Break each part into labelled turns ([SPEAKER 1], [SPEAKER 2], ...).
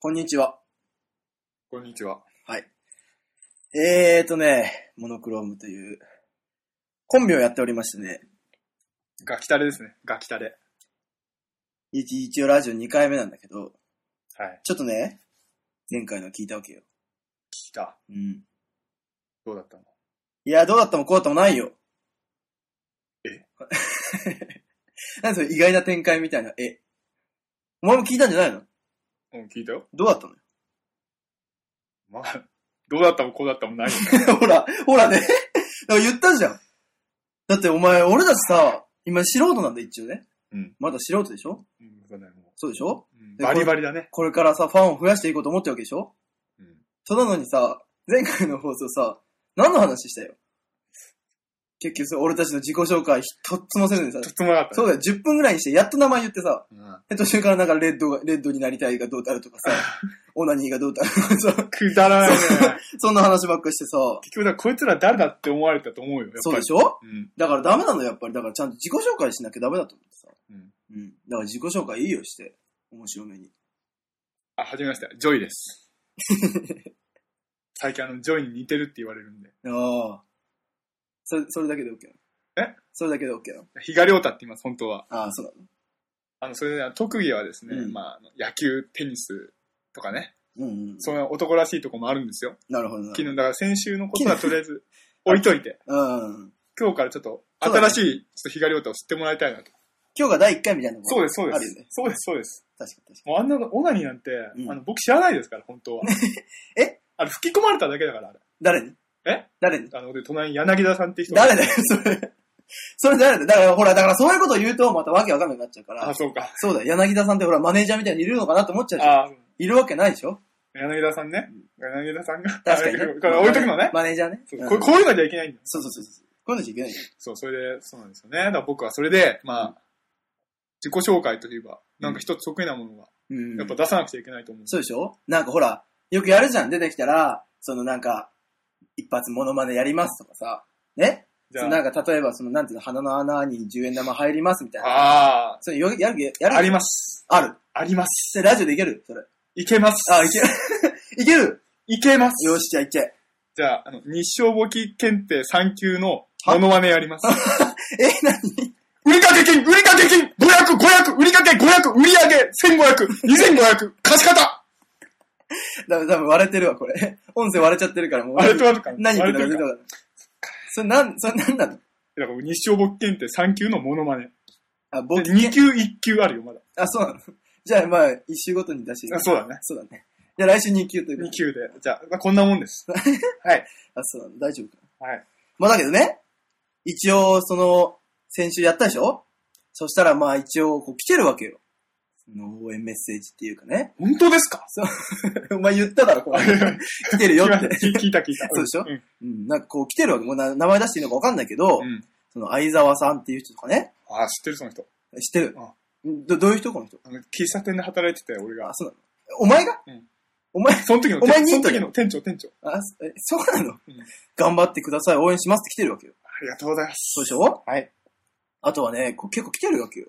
[SPEAKER 1] こんにちは。
[SPEAKER 2] こんにちは。
[SPEAKER 1] はい。えーとね、モノクロームという、コンビをやっておりましてね、
[SPEAKER 2] ガキタレですね。ガキタレ。
[SPEAKER 1] 一一応ラジオ2回目なんだけど、
[SPEAKER 2] はい。
[SPEAKER 1] ちょっとね、前回の聞いたわけよ。
[SPEAKER 2] 聞いた。
[SPEAKER 1] うん。
[SPEAKER 2] どうだったの
[SPEAKER 1] いや、どうだったもこうだったもないよ。
[SPEAKER 2] え
[SPEAKER 1] なんでそれ意外な展開みたいな、え。お前も聞いたんじゃないの
[SPEAKER 2] うん、聞いたよ。
[SPEAKER 1] どうだったの
[SPEAKER 2] まあ、どうだったもこうだったもない よね。
[SPEAKER 1] ほら、ほらね。だから言ったじゃん。だってお前、俺たちさ、今素人なんだ一応ね。
[SPEAKER 2] うん。
[SPEAKER 1] まだ素人でしょ
[SPEAKER 2] うん、そうだね、も
[SPEAKER 1] そうでしょ
[SPEAKER 2] う。うん
[SPEAKER 1] で
[SPEAKER 2] バリバリだね。
[SPEAKER 1] これからさ、ファンを増やしていこうと思ってるわけでしょ
[SPEAKER 2] うん。
[SPEAKER 1] そなのにさ、前回の放送さ、何の話したよ結局さ、俺たちの自己紹介一つもせずにさ
[SPEAKER 2] ちょ、っともなかった、
[SPEAKER 1] そうだよ、10分ぐらいにして、やっと名前言ってさ、
[SPEAKER 2] うん。
[SPEAKER 1] で途中からなんかレッドが、レッドになりたいがどうたるとか さ、オナニーがどうたるとかさ、
[SPEAKER 2] くだらないね。
[SPEAKER 1] そんな話ばっかしてさ、
[SPEAKER 2] 結局だ、こいつら誰だって思われたと思うよ。やっぱり
[SPEAKER 1] そうでしょ
[SPEAKER 2] うん。
[SPEAKER 1] だからダメなのよやっぱり。だからちゃんと自己紹介しなきゃダメだと思ってさ。
[SPEAKER 2] うん。
[SPEAKER 1] うん。だから自己紹介いいよして、面白めに。
[SPEAKER 2] あ、はじめまして。ジョ イです。最近あの、ジョイに似てるって言われるんで。
[SPEAKER 1] ああ。それ、それだけで OK なの
[SPEAKER 2] え
[SPEAKER 1] それだけで OK なの
[SPEAKER 2] 比嘉亮太って言います、本当は。
[SPEAKER 1] ああ、そうなの
[SPEAKER 2] あの、それで、特技はですね、
[SPEAKER 1] うん
[SPEAKER 2] まああの、野球、テニスとかね、
[SPEAKER 1] うんうん。
[SPEAKER 2] そういう男らしいとこもあるんですよ。
[SPEAKER 1] なるほどな。
[SPEAKER 2] 昨日、だから先週のことはとりあえず置いとい て、
[SPEAKER 1] うん。
[SPEAKER 2] 今日からちょっと
[SPEAKER 1] そうだね
[SPEAKER 2] 新しい、ちょっと日がりを知ってもらいたいなと。
[SPEAKER 1] 今日が第1回みたいなのも
[SPEAKER 2] そうです、そうで
[SPEAKER 1] あるよ
[SPEAKER 2] す
[SPEAKER 1] ね。。
[SPEAKER 2] そうです、そうです。
[SPEAKER 1] 確かに確か
[SPEAKER 2] もうあんなのオナニーなんて、
[SPEAKER 1] うん
[SPEAKER 2] あの、僕知らないですから、本当は。
[SPEAKER 1] え
[SPEAKER 2] あれ、吹き込まれただけだから、あれ。
[SPEAKER 1] に。誰に
[SPEAKER 2] え
[SPEAKER 1] 誰に
[SPEAKER 2] あの、で、隣に柳田さんって人が
[SPEAKER 1] 誰だよ、それ。それ誰だよだから、ほら、だからそういうこと言うと、またわけわかんなくなっちゃうから。
[SPEAKER 2] あ、そうか。
[SPEAKER 1] そうだよ、柳田さんってほら、マネージャーみたいにいるのかなと思っちゃうじゃん。
[SPEAKER 2] あ
[SPEAKER 1] いるわけないでしょ
[SPEAKER 2] 柳田さんね。柳田さんが。
[SPEAKER 1] 確かに
[SPEAKER 2] あ
[SPEAKER 1] ね
[SPEAKER 2] れ。 これ置いとくのね。
[SPEAKER 1] マネージャーね。
[SPEAKER 2] そう
[SPEAKER 1] うん
[SPEAKER 2] こうこういうのじゃいけないんだよ。
[SPEAKER 1] そうそうそうそう。こういうのじゃいけないよ。
[SPEAKER 2] そう、それで、そうなんですよね。だから僕はそれで、まあ、自己紹介といえば、なんか一つ得意なものが、
[SPEAKER 1] うん。
[SPEAKER 2] やっぱ出さなくちゃいけないと思うんです
[SPEAKER 1] そうでしょなんかほら、よくやるじゃん、出てきたら、そのなんか、一発モノマネやりますとかさ、ね
[SPEAKER 2] じ
[SPEAKER 1] そ
[SPEAKER 2] ゃ
[SPEAKER 1] の
[SPEAKER 2] あ、
[SPEAKER 1] なんか例えば、そのなんていうの、鼻の穴に10円玉入りますみたいな。
[SPEAKER 2] あ
[SPEAKER 1] そういう、やる、やるや
[SPEAKER 2] あ、
[SPEAKER 1] る
[SPEAKER 2] あります。
[SPEAKER 1] ある。
[SPEAKER 2] あります。
[SPEAKER 1] それラジオでいけるそれ。
[SPEAKER 2] いけます。
[SPEAKER 1] あ、いける。 いける
[SPEAKER 2] いけます。
[SPEAKER 1] よし、じゃあいけ。
[SPEAKER 2] じゃあ、あの、日照簿記検定3級のモノマネや ります。
[SPEAKER 1] え、なに
[SPEAKER 2] 売掛金、売掛金、500、500、売掛500、売上げ1500、2500、貸し方
[SPEAKER 1] だめ、だめ、割れてるわ、これ。音声割れちゃってるから、もう。
[SPEAKER 2] あれとあるか
[SPEAKER 1] 何言
[SPEAKER 2] あ
[SPEAKER 1] って
[SPEAKER 2] れ
[SPEAKER 1] ん
[SPEAKER 2] と
[SPEAKER 1] だ
[SPEAKER 2] あ
[SPEAKER 1] か
[SPEAKER 2] る
[SPEAKER 1] 全然
[SPEAKER 2] か
[SPEAKER 1] わかんないそれ、なん、それなんなの
[SPEAKER 2] だから日照簿記検定3級のモノマネ。
[SPEAKER 1] あ、僕、
[SPEAKER 2] 2級、1級あるよ、まだ。
[SPEAKER 1] あ、そうなの。 じゃあ、まあ、一周ごとに出していく
[SPEAKER 2] あそうだね。
[SPEAKER 1] そうだね。じゃあ来週2級ということ
[SPEAKER 2] 2
[SPEAKER 1] で
[SPEAKER 2] 級で。じゃあ、まあこんなも んです。はい。
[SPEAKER 1] あ、そうなの。大丈夫か。
[SPEAKER 2] はい。
[SPEAKER 1] まあだけどね、一応、その、先週やったでしょそしたらまあ一応、こう来てるわけよ。その応援メッセージっていうかね。
[SPEAKER 2] 本当ですか
[SPEAKER 1] お前言っただろ、これ。来てる よって。
[SPEAKER 2] 聞いた、聞いた。
[SPEAKER 1] そうでしょ
[SPEAKER 2] ん
[SPEAKER 1] うん、なんかこう来てるわけ。もうな名前出していいのかわかんないけど、
[SPEAKER 2] うん。
[SPEAKER 1] その相沢さんっていう人とかね。
[SPEAKER 2] あ、知ってる、その人。
[SPEAKER 1] 知ってる
[SPEAKER 2] あ
[SPEAKER 1] どどういう人この人
[SPEAKER 2] あの、喫茶店で働いてたよ、俺が
[SPEAKER 1] あ、。そうなのお前が、
[SPEAKER 2] うん
[SPEAKER 1] お前、
[SPEAKER 2] その時の
[SPEAKER 1] お前
[SPEAKER 2] 店、
[SPEAKER 1] ニ
[SPEAKER 2] そ
[SPEAKER 1] ート
[SPEAKER 2] の
[SPEAKER 1] だ
[SPEAKER 2] 時の店長、店長。
[SPEAKER 1] あ、そえそうなの、
[SPEAKER 2] ん
[SPEAKER 1] 頑張ってください、応援しますって来てるわけよ。
[SPEAKER 2] ありがとうございます。
[SPEAKER 1] そうでしょ
[SPEAKER 2] はい。
[SPEAKER 1] あとはね、こう結構来てるわけよ。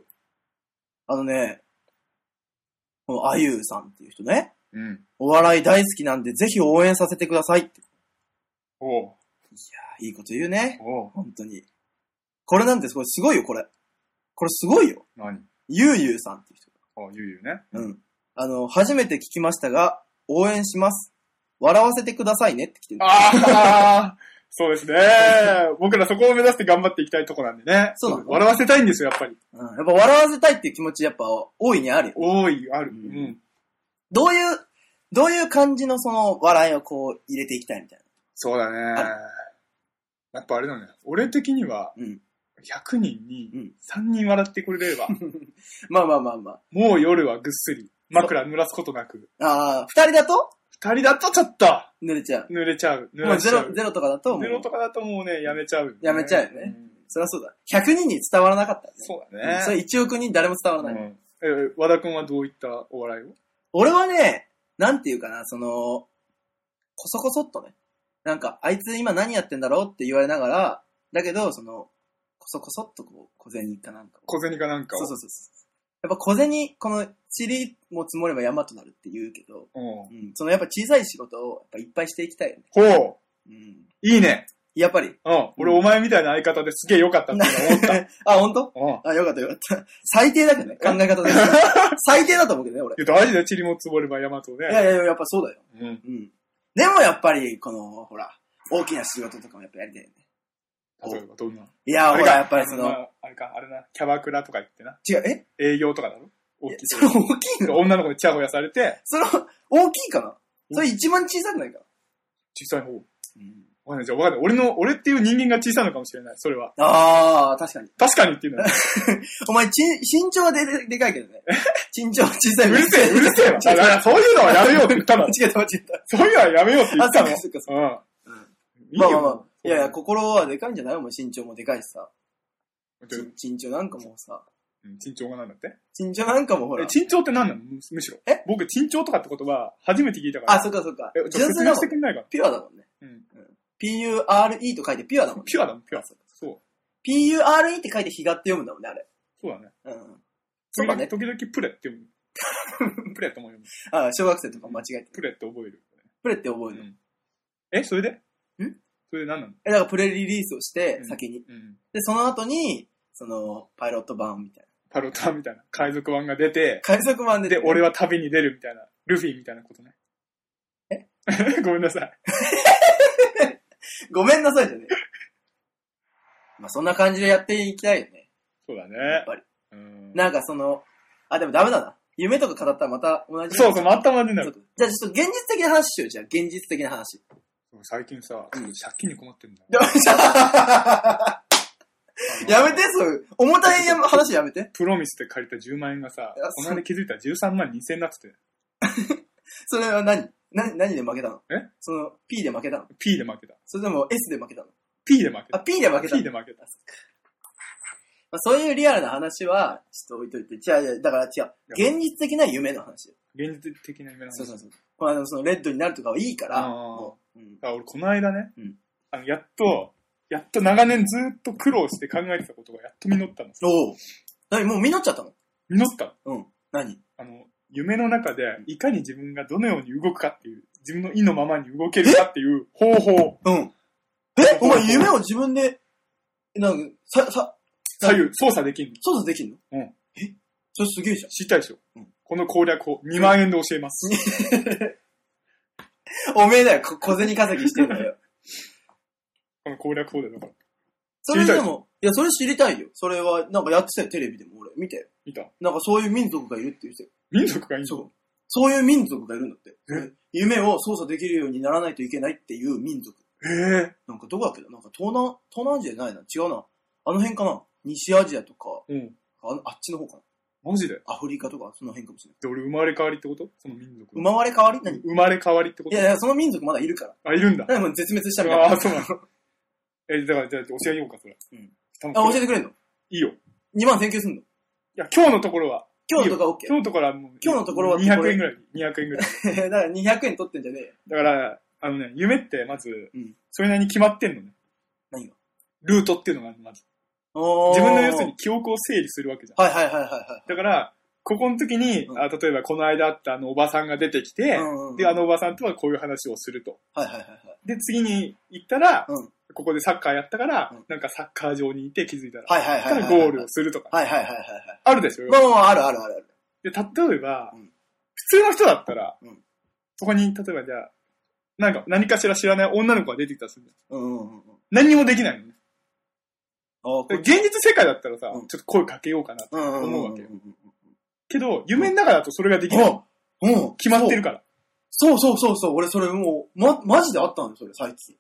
[SPEAKER 1] あのね、このあゆうさんっていう人ね、
[SPEAKER 2] うん。
[SPEAKER 1] お笑い大好きなんでぜひ応援させてくださいって。
[SPEAKER 2] おう
[SPEAKER 1] あいいこと言うね。
[SPEAKER 2] おう
[SPEAKER 1] 本当に。これなんてこれすごいよ、これ。これすごいよ。
[SPEAKER 2] 何
[SPEAKER 1] ゆうゆうさんっていう人。
[SPEAKER 2] あ、ゆうゆうね。
[SPEAKER 1] うん。あの、初めて聞きましたが、応援します。笑わせてくださいねって来てる。
[SPEAKER 2] ああ、 そうですね。僕らそこを目指して頑張っていきたいとこなんでね。
[SPEAKER 1] そうなの
[SPEAKER 2] 笑わせたいんですよ、やっぱり。
[SPEAKER 1] うん。やっぱ笑わせたいっていう気持ちやっぱ大いにあるよ。
[SPEAKER 2] 多い、ある。
[SPEAKER 1] う
[SPEAKER 2] うんん。
[SPEAKER 1] どういう、どういう感じのその笑いをこう入れていきたいみたい
[SPEAKER 2] そうだね。やっぱあれだね。俺的には、
[SPEAKER 1] な。うん。
[SPEAKER 2] 100人に
[SPEAKER 1] うん
[SPEAKER 2] 3人笑ってくれれば、
[SPEAKER 1] まあまあまあまあ。
[SPEAKER 2] もう夜はぐっすり、枕濡らすことなく。
[SPEAKER 1] ああ、二人だと
[SPEAKER 2] 二人だとちょっと、
[SPEAKER 1] 濡れちゃう。
[SPEAKER 2] 濡れちゃう。濡
[SPEAKER 1] もう
[SPEAKER 2] れち
[SPEAKER 1] ゼ
[SPEAKER 2] ゃ
[SPEAKER 1] ロ、
[SPEAKER 2] う。
[SPEAKER 1] ゼロとかだともう。
[SPEAKER 2] ゼロとかだともうね、やめちゃうよね、
[SPEAKER 1] やめちゃうよね
[SPEAKER 2] ん
[SPEAKER 1] そりゃそうだ。100人に伝わらなかったよね。
[SPEAKER 2] そう
[SPEAKER 1] うん
[SPEAKER 2] だ
[SPEAKER 1] そ
[SPEAKER 2] ね。
[SPEAKER 1] れ1億人誰も伝わらない。
[SPEAKER 2] うんえ、和田くんはどういったお笑いを
[SPEAKER 1] 俺はね、なんていうかな、その、こそこそっとね。なんか、あいつ今何やってんだろうって言われながら、だけど、その、こそこそっとこう、小銭かなんかを。
[SPEAKER 2] 小銭かなんかを。
[SPEAKER 1] そうそうそうそう。やっぱ小銭、この、塵も積もれば山となるって言うけど、
[SPEAKER 2] うん。
[SPEAKER 1] うん、そのやっぱ小さい仕事をやっぱいっぱいしていきたいよね。
[SPEAKER 2] ほ
[SPEAKER 1] うん。
[SPEAKER 2] う。いいね。
[SPEAKER 1] やっぱり。
[SPEAKER 2] うん。俺、お前みたいな相方ですげえ良かったって思 った。
[SPEAKER 1] あ、本当？
[SPEAKER 2] うん。
[SPEAKER 1] あ、よかったよかった。最低だけどね、考え方で。 最低だと思うけどね、俺。
[SPEAKER 2] 言うと、ありだよ、塵も積もれば山と
[SPEAKER 1] いや
[SPEAKER 2] ね。
[SPEAKER 1] いやいや、やっぱそうだよ。
[SPEAKER 2] うん。
[SPEAKER 1] うん。でもやっぱり、この、ほら、大きな仕事とかもやっぱやりたいよね。
[SPEAKER 2] 例えば、どんな。
[SPEAKER 1] いや、ほら、やっぱりその、
[SPEAKER 2] ああれか、あれな、キャバクラとか言ってな。
[SPEAKER 1] 違う、え
[SPEAKER 2] 営業とかだろ大
[SPEAKER 1] いや
[SPEAKER 2] きい。
[SPEAKER 1] それ大きいの
[SPEAKER 2] 女の子にチヤホヤされて、
[SPEAKER 1] その、大きいかなそれ一番小さくないか
[SPEAKER 2] 小さい方。わかんない。じゃあわかんない。俺の、俺っていう人間が小さいのかもしれない。それは。
[SPEAKER 1] ああ、確かに。
[SPEAKER 2] 確かにっていうのは。
[SPEAKER 1] お前、ちん、身長はで、ででかいけど ね。身長は小さい。
[SPEAKER 2] うる せえ、うるせえわ。
[SPEAKER 1] 違
[SPEAKER 2] だからそういうのはやめようって言った の。
[SPEAKER 1] う違う、間違った。
[SPEAKER 2] そういうのはやめようって言
[SPEAKER 1] あ、
[SPEAKER 2] った
[SPEAKER 1] そ
[SPEAKER 2] の
[SPEAKER 1] うか、。そうか、そうか。
[SPEAKER 2] うん。
[SPEAKER 1] まあまあまあ。いやいや、
[SPEAKER 2] こ、
[SPEAKER 1] 心はでかいんじゃないお前、身長もでかいしさ。ち
[SPEAKER 2] うん
[SPEAKER 1] 身長なんかもさ。
[SPEAKER 2] ん身長がなんだって
[SPEAKER 1] 身長なんかもほ
[SPEAKER 2] え
[SPEAKER 1] ら。
[SPEAKER 2] 身長って何なのむむしろ。
[SPEAKER 1] え
[SPEAKER 2] 僕、身長とかって言葉、初めて聞いたから。
[SPEAKER 1] あ、そっかそっか
[SPEAKER 2] え、。ちょ
[SPEAKER 1] 純
[SPEAKER 2] っと説
[SPEAKER 1] 粋だも
[SPEAKER 2] 明し
[SPEAKER 1] ん
[SPEAKER 2] てく
[SPEAKER 1] ね。
[SPEAKER 2] んないかな。
[SPEAKER 1] ピュアだもんね。
[SPEAKER 2] うん。
[SPEAKER 1] P-U-R-E と書いてピュアだもんね。
[SPEAKER 2] ピュアだもん、ピュア。
[SPEAKER 1] そ
[SPEAKER 2] そうう。そ
[SPEAKER 1] P-U-R-E って書いて日がって読むんだもんね、あれ。
[SPEAKER 2] うだね。
[SPEAKER 1] うん。そう
[SPEAKER 2] 時
[SPEAKER 1] だ
[SPEAKER 2] 々、
[SPEAKER 1] ね。
[SPEAKER 2] 時々プレって読む。 プレって思うよ。
[SPEAKER 1] あ小学生とか間違えて。
[SPEAKER 2] プレって覚える。
[SPEAKER 1] プレって覚えるの。
[SPEAKER 2] うんえ、それで
[SPEAKER 1] ん
[SPEAKER 2] それで何なの
[SPEAKER 1] え、だからプレリリースをして
[SPEAKER 2] う、ん
[SPEAKER 1] 先に。
[SPEAKER 2] うん。
[SPEAKER 1] で、その後に、その、パイロット版みたいな。
[SPEAKER 2] パロタみたいな海賊版が出て、
[SPEAKER 1] 海賊版で。
[SPEAKER 2] で、俺は旅に出るみたいな、ルフィみたいなことね。え ごめんなさい。
[SPEAKER 1] ごめんなさいじゃねえ。まあ、そんな感じでやっていきたいよね。
[SPEAKER 2] そうだ
[SPEAKER 1] やっ
[SPEAKER 2] ね。
[SPEAKER 1] ぱり。
[SPEAKER 2] うん
[SPEAKER 1] なんかその、あ、でもダメだな。夢とか語ったらまた同じ。
[SPEAKER 2] そうそう、またまでにな
[SPEAKER 1] そう
[SPEAKER 2] る。
[SPEAKER 1] かじゃあちょっと現実的な話しよう。じゃあ現実的な 話。
[SPEAKER 2] 最近さ、
[SPEAKER 1] うん
[SPEAKER 2] 借金に困ってんだよ。
[SPEAKER 1] でもさ やめて、
[SPEAKER 2] あの
[SPEAKER 1] そういう。重たい話やめて。
[SPEAKER 2] プロミスで借りた10万円がさ
[SPEAKER 1] いや、
[SPEAKER 2] この間気づいたら13万2000円になってて、
[SPEAKER 1] それは何な何で負けたの
[SPEAKER 2] え
[SPEAKER 1] その、P で負けたの
[SPEAKER 2] P で負けた。
[SPEAKER 1] それとも S で負けたの
[SPEAKER 2] P で負け
[SPEAKER 1] あ、
[SPEAKER 2] た。
[SPEAKER 1] P で負けた
[SPEAKER 2] P
[SPEAKER 1] の
[SPEAKER 2] で負けた。
[SPEAKER 1] まあ、そういうリアルな話は、ちょっと置いといて。違う違う、だから違う。現実的な夢の話。
[SPEAKER 2] 現実的な夢なん
[SPEAKER 1] そうそうそう。まあ、あの、その、レッドになるとかはいいから、
[SPEAKER 2] あー
[SPEAKER 1] もう。うん。
[SPEAKER 2] あ俺、この間ね、
[SPEAKER 1] うん
[SPEAKER 2] あの、やっと、やっと長年ずっと苦労して考えてたことがやっと実ったの。
[SPEAKER 1] おう。何もう実っちゃったの
[SPEAKER 2] 実ったの。
[SPEAKER 1] うん。何
[SPEAKER 2] あの、夢の中で、いかに自分がどのように動くかっていう、自分の意のままに動けるかっていう方法、
[SPEAKER 1] うん。えお前夢を自分で、なんか、さ、さ、
[SPEAKER 2] 左右、操作できるの。
[SPEAKER 1] 操作できんの
[SPEAKER 2] うん
[SPEAKER 1] えそれすげえじ
[SPEAKER 2] 知りたいでしょ、
[SPEAKER 1] うん
[SPEAKER 2] この攻略法、2万円で教えます。
[SPEAKER 1] ゃん。おめえだよ、こ小銭稼ぎしてんだよ。
[SPEAKER 2] この攻略法でだから。
[SPEAKER 1] それでも、いや、それ知りたいよ。それは、なんかやってたよ、テレビでも俺。見てよ。
[SPEAKER 2] 見た
[SPEAKER 1] なんかそういう民族がいるって言ってたよ
[SPEAKER 2] 民族がいい
[SPEAKER 1] そ
[SPEAKER 2] の
[SPEAKER 1] う。そういう民族がいるんだって
[SPEAKER 2] え。
[SPEAKER 1] 夢を操作できるようにならないといけないっていう民族。
[SPEAKER 2] へえ。
[SPEAKER 1] なんかどこだっけななんか東南、東南アジアじゃないな。違うな。あの辺かな西アジアとか、
[SPEAKER 2] うん。
[SPEAKER 1] あのあっちの方か
[SPEAKER 2] マジで
[SPEAKER 1] なアフリカとか、その辺かもしれない。
[SPEAKER 2] で、俺生まれ変わりってことその民族
[SPEAKER 1] 生
[SPEAKER 2] の。
[SPEAKER 1] まれ変わり何い
[SPEAKER 2] 生まれ変わりってこと
[SPEAKER 1] やいや、その民族まだいるから。
[SPEAKER 2] あ、いるんだ。
[SPEAKER 1] なんでもう絶滅したみたいな。
[SPEAKER 2] ああ、そうなの。え、だから、じゃあ教えようか、それ。
[SPEAKER 1] うん
[SPEAKER 2] 多分。
[SPEAKER 1] あ、教えてくれんの
[SPEAKER 2] いいよ。い
[SPEAKER 1] ?2 万請求すんの
[SPEAKER 2] や、今日のところは、
[SPEAKER 1] 今日のとか
[SPEAKER 2] 今日のところはもう、
[SPEAKER 1] 今日のところは
[SPEAKER 2] 200円ぐらい、200円ぐら い。
[SPEAKER 1] OK。だから200円取ってんじゃねえよ。
[SPEAKER 2] だから、あのね、夢ってまず、
[SPEAKER 1] うん
[SPEAKER 2] それなりに決まってんのね。
[SPEAKER 1] 何が
[SPEAKER 2] ルートっていうのがあるまず。
[SPEAKER 1] おー
[SPEAKER 2] 自分の要するに記憶を整理するわけじゃん。
[SPEAKER 1] はいはいはいはいは
[SPEAKER 2] だから、ここの時に、
[SPEAKER 1] うん
[SPEAKER 2] あ例えばこの間あったあのおばさんが出てき
[SPEAKER 1] い。
[SPEAKER 2] て、
[SPEAKER 1] うんうん
[SPEAKER 2] で、あ、のおばさんとはこういう話をすると。
[SPEAKER 1] はいはいはいはい。
[SPEAKER 2] で、次に行ったら、
[SPEAKER 1] うん
[SPEAKER 2] ここでサッカーやったから、
[SPEAKER 1] うん
[SPEAKER 2] なんかサッカー場にいて気づいたら、
[SPEAKER 1] はいはいはいはい
[SPEAKER 2] だ
[SPEAKER 1] は
[SPEAKER 2] か
[SPEAKER 1] い。
[SPEAKER 2] らゴールをするとか。
[SPEAKER 1] はいはいはいはいはい。
[SPEAKER 2] あるでしょ、
[SPEAKER 1] まあまあまあ、あるあるあるある。
[SPEAKER 2] で、例えば、
[SPEAKER 1] うん
[SPEAKER 2] 普通の人だったら、
[SPEAKER 1] うん
[SPEAKER 2] そこに、例えばじゃあ、なんか何かしら知らない女の子が出てきたとするじゃん。
[SPEAKER 1] うんうんうんうん。
[SPEAKER 2] 何にもできないのね。
[SPEAKER 1] ああ、
[SPEAKER 2] 現実世界だったらさ、
[SPEAKER 1] うん
[SPEAKER 2] ちょっと声かけようかな。
[SPEAKER 1] 思
[SPEAKER 2] 思うわけよけど、夢の中だとそれができない。
[SPEAKER 1] うん。うん。
[SPEAKER 2] 決まってるから。
[SPEAKER 1] そうそうそうそう。俺それもう、ま、マジであったんよ、それ、最近。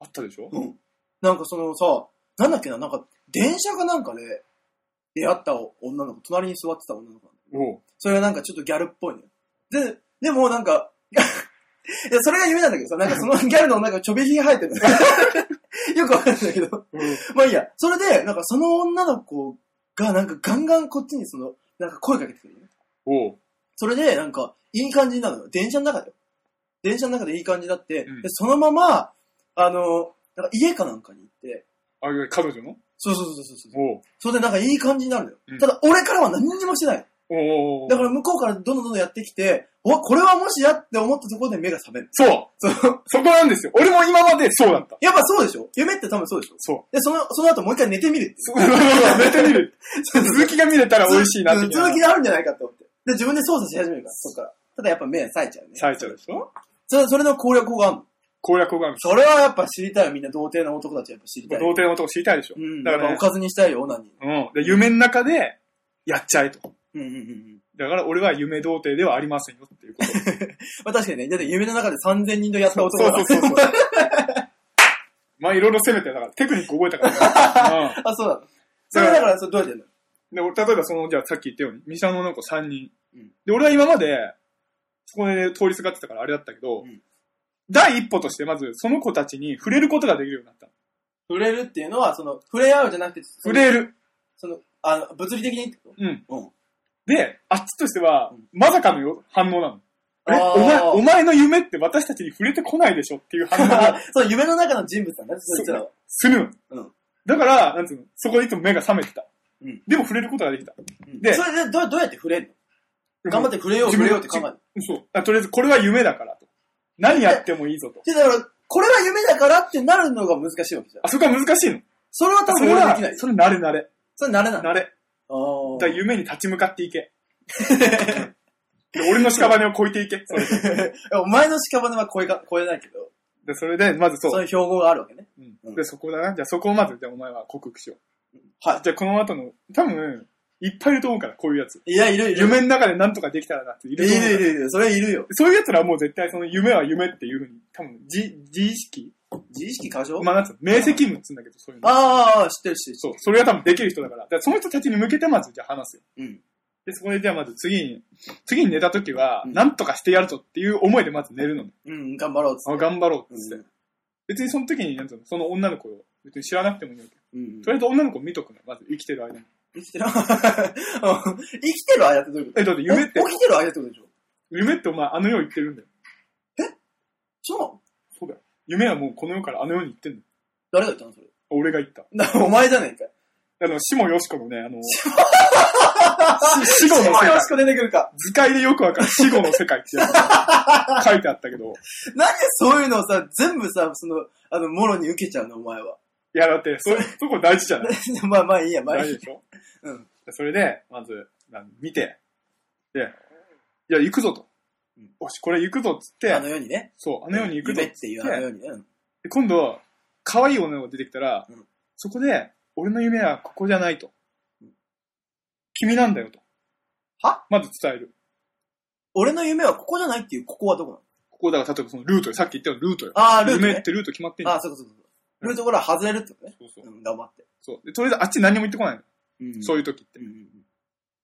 [SPEAKER 2] あったでしょ
[SPEAKER 1] うん。なんかそのさ、なんだっけな、なんか、電車かなんかで出会った女の子、隣に座ってた女の子なんだけど
[SPEAKER 2] おう
[SPEAKER 1] それはなんかちょっとギャルっぽいのよ。で、でもなんか、 いや、それが夢なんだけどさ、なんかそのギャルのなんかちょびひげ生えてるの よくわかんないけど。 まあいいや。それで、なんかその女の子がなんかガンガンこっちにその、なんか声かけてくるのね。
[SPEAKER 2] おう
[SPEAKER 1] それで、なんか、いい感じになるのよ。電車の中でよ。電車の中でいい感じになって、
[SPEAKER 2] うん
[SPEAKER 1] でそのまま、あの、なんか家かなんかに行って、
[SPEAKER 2] あ、彼女の
[SPEAKER 1] そうそうそうそうそう。
[SPEAKER 2] おう
[SPEAKER 1] それでなんかいい感じになるのよ。
[SPEAKER 2] うん
[SPEAKER 1] ただ、俺からは何にもしてない。
[SPEAKER 2] おー
[SPEAKER 1] だから向こうからどんどんどんどんやってきて、お、これはもしやって思ったところで目が覚める。
[SPEAKER 2] そう。
[SPEAKER 1] そう。
[SPEAKER 2] そこなんですよ。俺も今までそうだ った。
[SPEAKER 1] やっぱそうでしょ夢って多分そうでしょ
[SPEAKER 2] そう。
[SPEAKER 1] で、その、その後もう一回寝てみるっていう。
[SPEAKER 2] そうそうそう寝てみる。 続きが見れたら美味しいなって
[SPEAKER 1] うん続きがあるんじゃないかって思って。で、自分で操作し始めるから、そっから。ただやっぱ目冴えちゃうね。
[SPEAKER 2] 最長でしょ
[SPEAKER 1] それ、それの攻略法があるの。
[SPEAKER 2] 攻略法があるんです
[SPEAKER 1] それはやっぱ知りたいよみんな童貞の男たちはやっぱ知りたい。
[SPEAKER 2] 童貞の男知りたいでしょ。
[SPEAKER 1] うん。
[SPEAKER 2] だ
[SPEAKER 1] だ
[SPEAKER 2] か
[SPEAKER 1] かららお
[SPEAKER 2] ね
[SPEAKER 1] かずにしたいよ、オナに。
[SPEAKER 2] うん。で夢の中で、やっちゃえと。
[SPEAKER 1] うんうんうんうん。
[SPEAKER 2] だから俺は夢童貞ではありませんよってい うこと。
[SPEAKER 1] まあ確かにね、だって夢の中で3000人とやった男
[SPEAKER 2] そう
[SPEAKER 1] が。
[SPEAKER 2] そうそうそう。まあいろいろ攻めて、だからテクニック覚えたから、ね
[SPEAKER 1] あ、そうだ。それはだから、それどうやってやるの
[SPEAKER 2] うん、で、俺、例えばその、じゃあさっき言ったように、ミシャノの子3人
[SPEAKER 1] うん。
[SPEAKER 2] で、俺は今まで、そこで通りすがってたからあれだったけど、
[SPEAKER 1] うん
[SPEAKER 2] 第一歩としてまずその子たちに触れることができるようになった。
[SPEAKER 1] 触れるっていうのは、その、触れ合うじゃなくて、
[SPEAKER 2] 触れる。
[SPEAKER 1] その、あの、物理的にってこと
[SPEAKER 2] うん。
[SPEAKER 1] うん
[SPEAKER 2] で、あっちとしては
[SPEAKER 1] うん、
[SPEAKER 2] まさかのよ反応なの。え
[SPEAKER 1] あー
[SPEAKER 2] お前、お前の夢って私たちに触れてこないでしょっていう反応が
[SPEAKER 1] そう、夢の中の人物なんだね、そいつらは。
[SPEAKER 2] するの。
[SPEAKER 1] うん
[SPEAKER 2] だから、なんつうの、そこでいつも目が覚めてた。
[SPEAKER 1] うん
[SPEAKER 2] でも触れることができた。
[SPEAKER 1] うん
[SPEAKER 2] で
[SPEAKER 1] それでどうどうやって触れるの頑張って触れよう、
[SPEAKER 2] 自
[SPEAKER 1] 触
[SPEAKER 2] 分
[SPEAKER 1] れようって考える。
[SPEAKER 2] そうあ。とりあえず、これは夢だからと。何やってもいいぞと。
[SPEAKER 1] で、だから、これは夢だからってなるのが難しいわけじゃん。
[SPEAKER 2] あそこは難しいの。
[SPEAKER 1] それは多
[SPEAKER 2] そ
[SPEAKER 1] 分
[SPEAKER 2] れ
[SPEAKER 1] 俺は
[SPEAKER 2] は
[SPEAKER 1] できない、。
[SPEAKER 2] それ慣れ慣れ。
[SPEAKER 1] それ慣れない。あ
[SPEAKER 2] 慣れ。だ
[SPEAKER 1] ー
[SPEAKER 2] から夢に立ち向かっていけ。で俺の屍を越えていけ。それで
[SPEAKER 1] お前の屍は超えか超えないけど、
[SPEAKER 2] でそれでまずそ。
[SPEAKER 1] そうういう標語があるわけね。
[SPEAKER 2] うんで、そこだな。じゃあそこをまず、じゃあお前は克服しよう。
[SPEAKER 1] は
[SPEAKER 2] じゃあこの後の、多分、いっぱいいると思うから、こういうやつ。
[SPEAKER 1] い。いや、いるいる。
[SPEAKER 2] 夢の中で何とかできたらなってい
[SPEAKER 1] い
[SPEAKER 2] る
[SPEAKER 1] る
[SPEAKER 2] と
[SPEAKER 1] い
[SPEAKER 2] 思うから
[SPEAKER 1] るいるいる。それいるよ。
[SPEAKER 2] そういうやつらはもう絶対その夢は夢っていうふうに、多分、自、自意識
[SPEAKER 1] 自意識過剰、
[SPEAKER 2] まあなんつうの、明晰夢っつうんだけど、そういうの。
[SPEAKER 1] ああ、知ってる知って
[SPEAKER 2] そう、それは多分できる人だから。だからその人たちに向けてまず、じゃあ話すよ。
[SPEAKER 1] る。うん。
[SPEAKER 2] で、そこでじゃあまず次に、次に寝た時は、
[SPEAKER 1] うん
[SPEAKER 2] なんとかしてやるぞっていう思いでまず寝るのね。
[SPEAKER 1] うん、頑張ろうっつっ
[SPEAKER 2] あ、頑張ろうっつってて。。別にその時に、なんつうの、その女の子を、別に知らなくてもいいわけ。
[SPEAKER 1] うん。うん
[SPEAKER 2] とりあえず女の子を見とくの。まず生きてる間に。
[SPEAKER 1] 生きてる うん生きてる間ってどういうこ
[SPEAKER 2] え、だっ
[SPEAKER 1] と
[SPEAKER 2] て夢って
[SPEAKER 1] お、起きてる間ってことでしょ
[SPEAKER 2] 夢ってお前あの世行ってるんだよ。
[SPEAKER 1] そう
[SPEAKER 2] そうだよ。夢はもうこの世からあの世に行ってんだよ。
[SPEAKER 1] 誰が言ったのそれ
[SPEAKER 2] 俺が言った。
[SPEAKER 1] な。お前じゃねえかよ。
[SPEAKER 2] あの、死もよしこのね、あの、死後の世
[SPEAKER 1] お前
[SPEAKER 2] 界
[SPEAKER 1] よ。しく出てくるか。
[SPEAKER 2] 図解でよくわかる死後の世界ってやつが書いてあったけ ど、
[SPEAKER 1] なんでそういうのをさ、全部さ、その、あの、もろに受けちゃうの、お前は。
[SPEAKER 2] いやだって、それ、そこ大事じゃない
[SPEAKER 1] まあまあいいや、まあ
[SPEAKER 2] 大
[SPEAKER 1] いい
[SPEAKER 2] 事
[SPEAKER 1] や。
[SPEAKER 2] でしょ
[SPEAKER 1] うん。
[SPEAKER 2] それで、まず、なん見て、で、いや、行くぞと
[SPEAKER 1] うん。
[SPEAKER 2] よし、これ行くぞっつって
[SPEAKER 1] あ、の世にね。
[SPEAKER 2] そう、あの世に行くぞ
[SPEAKER 1] 夢
[SPEAKER 2] っ
[SPEAKER 1] っ
[SPEAKER 2] つ
[SPEAKER 1] て
[SPEAKER 2] っ
[SPEAKER 1] い
[SPEAKER 2] て
[SPEAKER 1] う、あの世にね。うん
[SPEAKER 2] で、今度、可愛い女の子が出てきたら
[SPEAKER 1] うん、
[SPEAKER 2] そこで、俺の夢はここじゃないと。君なんだよと。
[SPEAKER 1] は
[SPEAKER 2] まず伝える。
[SPEAKER 1] 俺の夢はここじゃないっていう、ここはどこなの
[SPEAKER 2] ここだから、例えばそのルートよ。さっき言ったようなルートよ。
[SPEAKER 1] ああ、ルート
[SPEAKER 2] 夢っ
[SPEAKER 1] ね。
[SPEAKER 2] てルート決まってんじ
[SPEAKER 1] あ
[SPEAKER 2] ゃん
[SPEAKER 1] あ、そうかそうかそうか。ルートから外れるってことね。、
[SPEAKER 2] そうそううん
[SPEAKER 1] 頑張って。
[SPEAKER 2] そう。でとりあえずあっちに何も言ってこないの。
[SPEAKER 1] うん
[SPEAKER 2] そう
[SPEAKER 1] い
[SPEAKER 2] いう時って。
[SPEAKER 1] うんうんうん。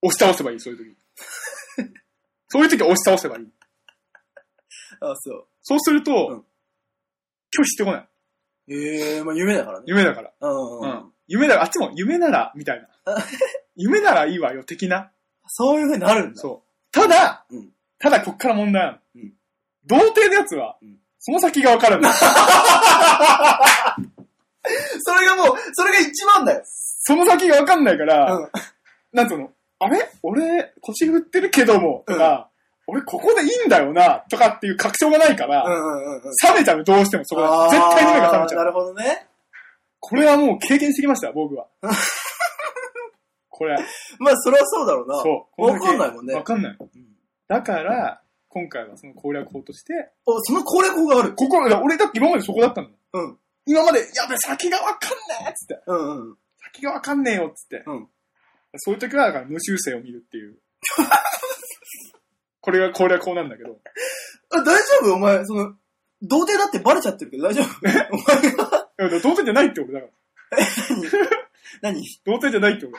[SPEAKER 2] 押し倒せばいい、そういう時。 そういう時は押し倒せばいい。
[SPEAKER 1] ああ、そう。
[SPEAKER 2] そうすると、
[SPEAKER 1] うん
[SPEAKER 2] 拒否してこない。
[SPEAKER 1] ええまあ夢だからね。
[SPEAKER 2] 夢だから。
[SPEAKER 1] うんう。
[SPEAKER 2] うんん夢だら、あっちも夢なら、みたいな。 夢ならいいわよ、的な。
[SPEAKER 1] そういう風になるんだ。
[SPEAKER 2] そう。ただ、
[SPEAKER 1] うん
[SPEAKER 2] ただこっから問題なの。
[SPEAKER 1] うん
[SPEAKER 2] 童貞のやつは、
[SPEAKER 1] うん
[SPEAKER 2] その先がわからない。
[SPEAKER 1] それがもう、それが一番だよ。
[SPEAKER 2] その先がわかんないから、
[SPEAKER 1] うん。
[SPEAKER 2] なんつうの、あれ俺、腰振ってるけども、とか、俺ここでいいんだよな、とかっていう確証がないから、
[SPEAKER 1] うんうんうん。
[SPEAKER 2] 冷めちゃう、どうしてもそこで。
[SPEAKER 1] あー
[SPEAKER 2] 絶対に目が覚めちゃう
[SPEAKER 1] な。るほどね。
[SPEAKER 2] これはもう経験してきました、僕 は。これ、
[SPEAKER 1] まあ、それはそうだろうな。
[SPEAKER 2] そう。
[SPEAKER 1] わかんないもんね
[SPEAKER 2] わかんない。
[SPEAKER 1] うん。
[SPEAKER 2] だから、今回はその攻略法として、
[SPEAKER 1] お、その攻略法がある。
[SPEAKER 2] ここ、だから俺だって今までそこだったの。
[SPEAKER 1] うん。
[SPEAKER 2] 今まで、やべ、先がわかんねえっつって。
[SPEAKER 1] うんうんうん。
[SPEAKER 2] 先がわかんねえよっつって。
[SPEAKER 1] うん
[SPEAKER 2] そういう時は、だから無修正を見るっていう。 これが攻略法なんだけど。
[SPEAKER 1] あ大丈夫お前、その、童貞だってバレちゃってるけど大丈夫 お前が、
[SPEAKER 2] いやだから童貞じゃないって俺だから。
[SPEAKER 1] 何
[SPEAKER 2] 童貞じゃないって俺。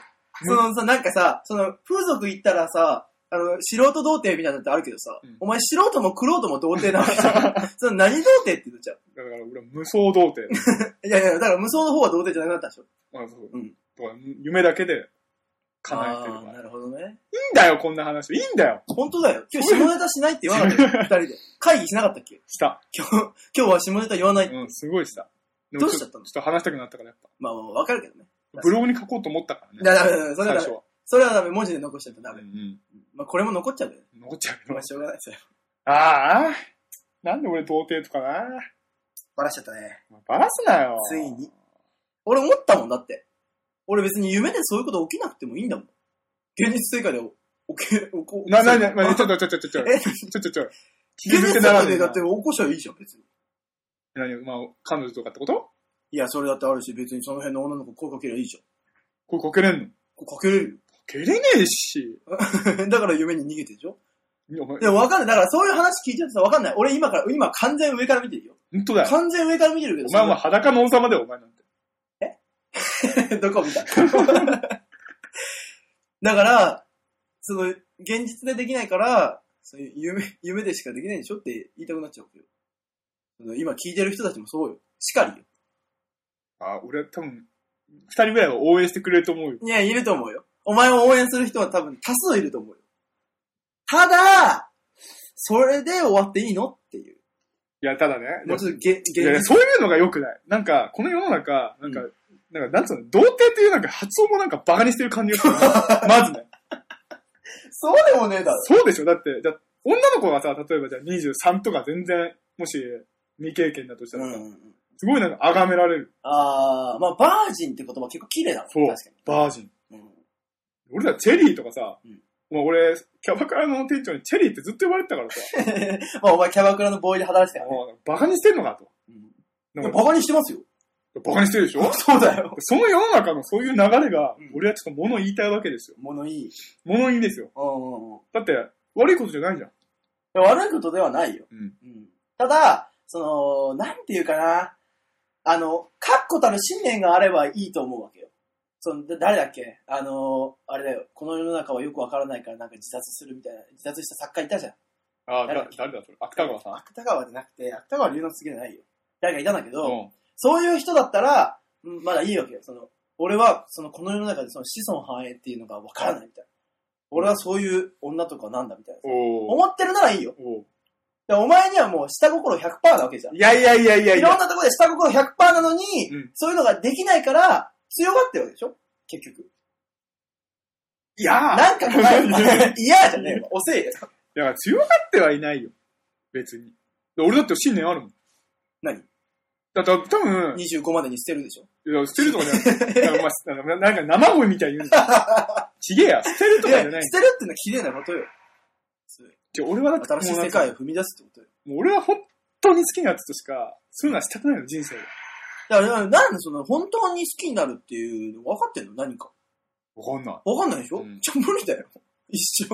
[SPEAKER 1] そのさ、なんかさ、その、風俗行ったらさ、あの、素人童貞みたいなのってあるけどさ、
[SPEAKER 2] うん
[SPEAKER 1] お前素人も苦労とも童貞なわけじ ゃん。その何童貞って言っちゃう。
[SPEAKER 2] だから俺は無双 童貞。
[SPEAKER 1] いやいや、だから無双の方は童貞じゃなくなったでしょ。
[SPEAKER 2] あそう
[SPEAKER 1] うん
[SPEAKER 2] だから夢だけで叶えてる
[SPEAKER 1] あ
[SPEAKER 2] か
[SPEAKER 1] ー
[SPEAKER 2] ら。いい
[SPEAKER 1] なんるほどね。
[SPEAKER 2] だよ、こんな話。いいんだよ。
[SPEAKER 1] 本当だよ。今日下ネタしないって言わなかったよ。二人で。会議しなかったっけ
[SPEAKER 2] した。
[SPEAKER 1] 今日、今日は下ネタ言わない。
[SPEAKER 2] うん、すごいした。で
[SPEAKER 1] どうしちゃったの
[SPEAKER 2] ちょっと話したくなったから、やっぱ。
[SPEAKER 1] まあ、わかるけどね。
[SPEAKER 2] ブログに書こうと思ったからね。
[SPEAKER 1] だから、それ
[SPEAKER 2] 最
[SPEAKER 1] だ
[SPEAKER 2] 初は。
[SPEAKER 1] それはダメ、文字で残しちゃったらダメ。
[SPEAKER 2] ん。
[SPEAKER 1] まあ、これも残っちゃうけどね。
[SPEAKER 2] 残っちゃうけど
[SPEAKER 1] まあ、。しょうがないですよ。
[SPEAKER 2] ああ、なんで俺童貞とかな。
[SPEAKER 1] バラしちゃったね。
[SPEAKER 2] バラすなよ。
[SPEAKER 1] ついに。俺思ったもんだって。俺別に夢でそういうこと起きなくてもいいんだもん。現実世界で起き、起こ
[SPEAKER 2] な、な、な、な、ちょっと、ちょ、ちょ、ちょ、ちょ、
[SPEAKER 1] え
[SPEAKER 2] ちょ、ちょ、ちょ、気
[SPEAKER 1] 現
[SPEAKER 2] づい
[SPEAKER 1] 実
[SPEAKER 2] て
[SPEAKER 1] 世
[SPEAKER 2] なら
[SPEAKER 1] 界
[SPEAKER 2] ねえ
[SPEAKER 1] で
[SPEAKER 2] な
[SPEAKER 1] だって起こしゃいいじゃん、別に。
[SPEAKER 2] 何まあ、彼女とかってこと
[SPEAKER 1] いや、それだってあるし、別にその辺の女の子声かけりゃいいじゃん。
[SPEAKER 2] これかけれんのか
[SPEAKER 1] こうかけれる
[SPEAKER 2] けれねえし。
[SPEAKER 1] よ。だから夢に逃げてるでしょ
[SPEAKER 2] いやお前
[SPEAKER 1] い、や、わかんない。だからそういう話聞いちゃってさ、わかんない。俺今から、今完全上から見てるよ。
[SPEAKER 2] ほんとだよ。
[SPEAKER 1] 完全上から見てるけど、
[SPEAKER 2] お前は裸の王様だよ、お前なんて。
[SPEAKER 1] どこ見た だから、その、現実でできないから、そういう夢、夢でしかできないんでしょって言いたくなっちゃうわけよ。その今聞いてる人たちもそうよ。しかりよ。
[SPEAKER 2] あ、俺多分、二人ぐらいは応援してくれると思うよ。
[SPEAKER 1] いや、いると思うよ。お前を応援する人は多分多数いると思うよ。ただ、それで終わっていいのっていう。
[SPEAKER 2] いや、ただね。
[SPEAKER 1] もうちょっとげ、現
[SPEAKER 2] いやいや
[SPEAKER 1] 実。
[SPEAKER 2] そういうのが良くない。なんか、この世の中、なんか、
[SPEAKER 1] う
[SPEAKER 2] なんか、なんつうの、童貞っていうなんか発音もなんかバカにしてる感じが する。まずね。
[SPEAKER 1] そうでもねえだろ。
[SPEAKER 2] そうでしょだって、じゃあ女の子がさ、例えばじゃあ23とか全然、もし未経験だとした
[SPEAKER 1] う
[SPEAKER 2] ら
[SPEAKER 1] ん
[SPEAKER 2] さ、
[SPEAKER 1] うんうん。
[SPEAKER 2] すごいなんか崇められる。
[SPEAKER 1] あー、まあバージンって言葉結構綺麗だもん。
[SPEAKER 2] そう
[SPEAKER 1] 確かに。
[SPEAKER 2] バージン。
[SPEAKER 1] うん
[SPEAKER 2] 俺らチェリーとかさ、
[SPEAKER 1] うん
[SPEAKER 2] まあ俺、キャバクラの店長にチェリーってずっと言われてたからさ、
[SPEAKER 1] まあお前キャバクラのボーイで働いてたよね。
[SPEAKER 2] もうバカにしてんのかと。
[SPEAKER 1] い
[SPEAKER 2] な
[SPEAKER 1] や
[SPEAKER 2] んか
[SPEAKER 1] バカにしてますよ。
[SPEAKER 2] バカにしてるで しょ
[SPEAKER 1] そうだよ。
[SPEAKER 2] その世の中のそういう流れが
[SPEAKER 1] うん、
[SPEAKER 2] 俺はちょっと物言いたいわけですよ。
[SPEAKER 1] 物いい。
[SPEAKER 2] 物言いですよ。
[SPEAKER 1] うんうんうん。
[SPEAKER 2] だって、悪いことじゃないじゃん。
[SPEAKER 1] いや悪いことではないよ。
[SPEAKER 2] うん
[SPEAKER 1] ただ、その、なんていうかな。あの、確固たる信念があればいいと思うわけよ。その、だ誰だっけあの、あれだよ。この世の中はよくわからないからなんか自殺するみたいな、自殺した作家いたじゃん。
[SPEAKER 2] ああ、
[SPEAKER 1] 誰だ
[SPEAKER 2] だ誰だそれ。芥川さん。
[SPEAKER 1] 芥川じゃなくて、芥川龍之介じゃないよ。誰かいたんだけど、
[SPEAKER 2] うん。
[SPEAKER 1] そういう人だったら、うんまだいいわけよ。その、俺は、その、この世の中でその子孫繁栄っていうのがわからないみたいな。俺はそういう女とかなんだみたいな。
[SPEAKER 2] おー
[SPEAKER 1] 思ってるならいいよ。
[SPEAKER 2] お
[SPEAKER 1] でお前にはもう下心100%なわけじゃん。
[SPEAKER 2] ーいやいやいやいや
[SPEAKER 1] い
[SPEAKER 2] い
[SPEAKER 1] ろん
[SPEAKER 2] や。
[SPEAKER 1] なところで下心100%なのに、
[SPEAKER 2] うん
[SPEAKER 1] そういうのができないから、強がってるわけでしょ結局。
[SPEAKER 2] いやー
[SPEAKER 1] なんか怖 い。嫌じゃねえよ。遅いよ。
[SPEAKER 2] だから強がってはいないよ。別に。俺だって信念あるもん。
[SPEAKER 1] 何
[SPEAKER 2] だって多分、
[SPEAKER 1] 25までに捨てるでしょ
[SPEAKER 2] いや捨てるとかじゃない。なんかお前ななんか生ゴミみたいに言うん だよ。ちげえや、捨てると
[SPEAKER 1] い
[SPEAKER 2] かじ
[SPEAKER 1] や
[SPEAKER 2] ゃ
[SPEAKER 1] 捨て
[SPEAKER 2] な
[SPEAKER 1] る
[SPEAKER 2] い。
[SPEAKER 1] ってのは綺麗なことよ。
[SPEAKER 2] ちょ俺はだって
[SPEAKER 1] 新しい
[SPEAKER 2] もうな
[SPEAKER 1] 世
[SPEAKER 2] んか
[SPEAKER 1] 界を踏み出すってことよ。
[SPEAKER 2] もう俺は本当に好きなやつとしか、そういうのはしたくないの、人生で。
[SPEAKER 1] だから、なんでその、本当に好きになるっていうの分かってんの何か。
[SPEAKER 2] わかんない。
[SPEAKER 1] わかんないでしょ、
[SPEAKER 2] うん
[SPEAKER 1] じゃあ無理だよ。 一生。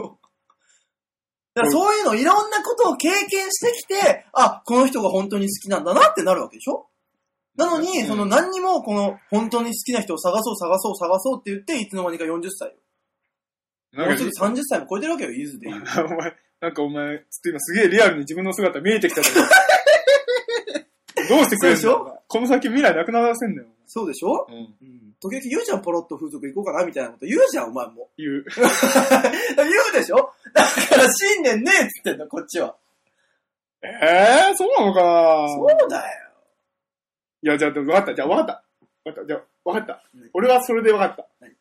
[SPEAKER 1] だからそういうのいろんなことを経験してきて、あ、この人が本当に好きなんだなってなるわけでしょなのに、
[SPEAKER 2] うん
[SPEAKER 1] その何にもこの本当に好きな人を探そう探そう探そうって言って、いつの間にか40歳よ。も
[SPEAKER 2] な
[SPEAKER 1] うんす
[SPEAKER 2] か
[SPEAKER 1] ぐ、30歳も超えてるわけよ、ゆずで言う。
[SPEAKER 2] お前、なんかお前、ちょっと今すげえリアルに自分の姿見えてきたけ ど。どうしてくれるんだ
[SPEAKER 1] そうで
[SPEAKER 2] よこの先未来なくならせんだよ。
[SPEAKER 1] そうでしょ
[SPEAKER 2] うん。
[SPEAKER 1] うん。時々言うじゃん、ポロッと風俗行こうかなみたいなこと言うじゃん、お前も。
[SPEAKER 2] 言う。
[SPEAKER 1] 言うでしょだから信念ねえっつってんだ、こっちは。
[SPEAKER 2] ええー、そうなのかな
[SPEAKER 1] そうだよ。
[SPEAKER 2] いや、じゃあ、でも分かった。じゃあ、分かった。分かった。じゃあ、分かった
[SPEAKER 1] 何。
[SPEAKER 2] 俺はそれで分かった。
[SPEAKER 1] 何
[SPEAKER 2] じ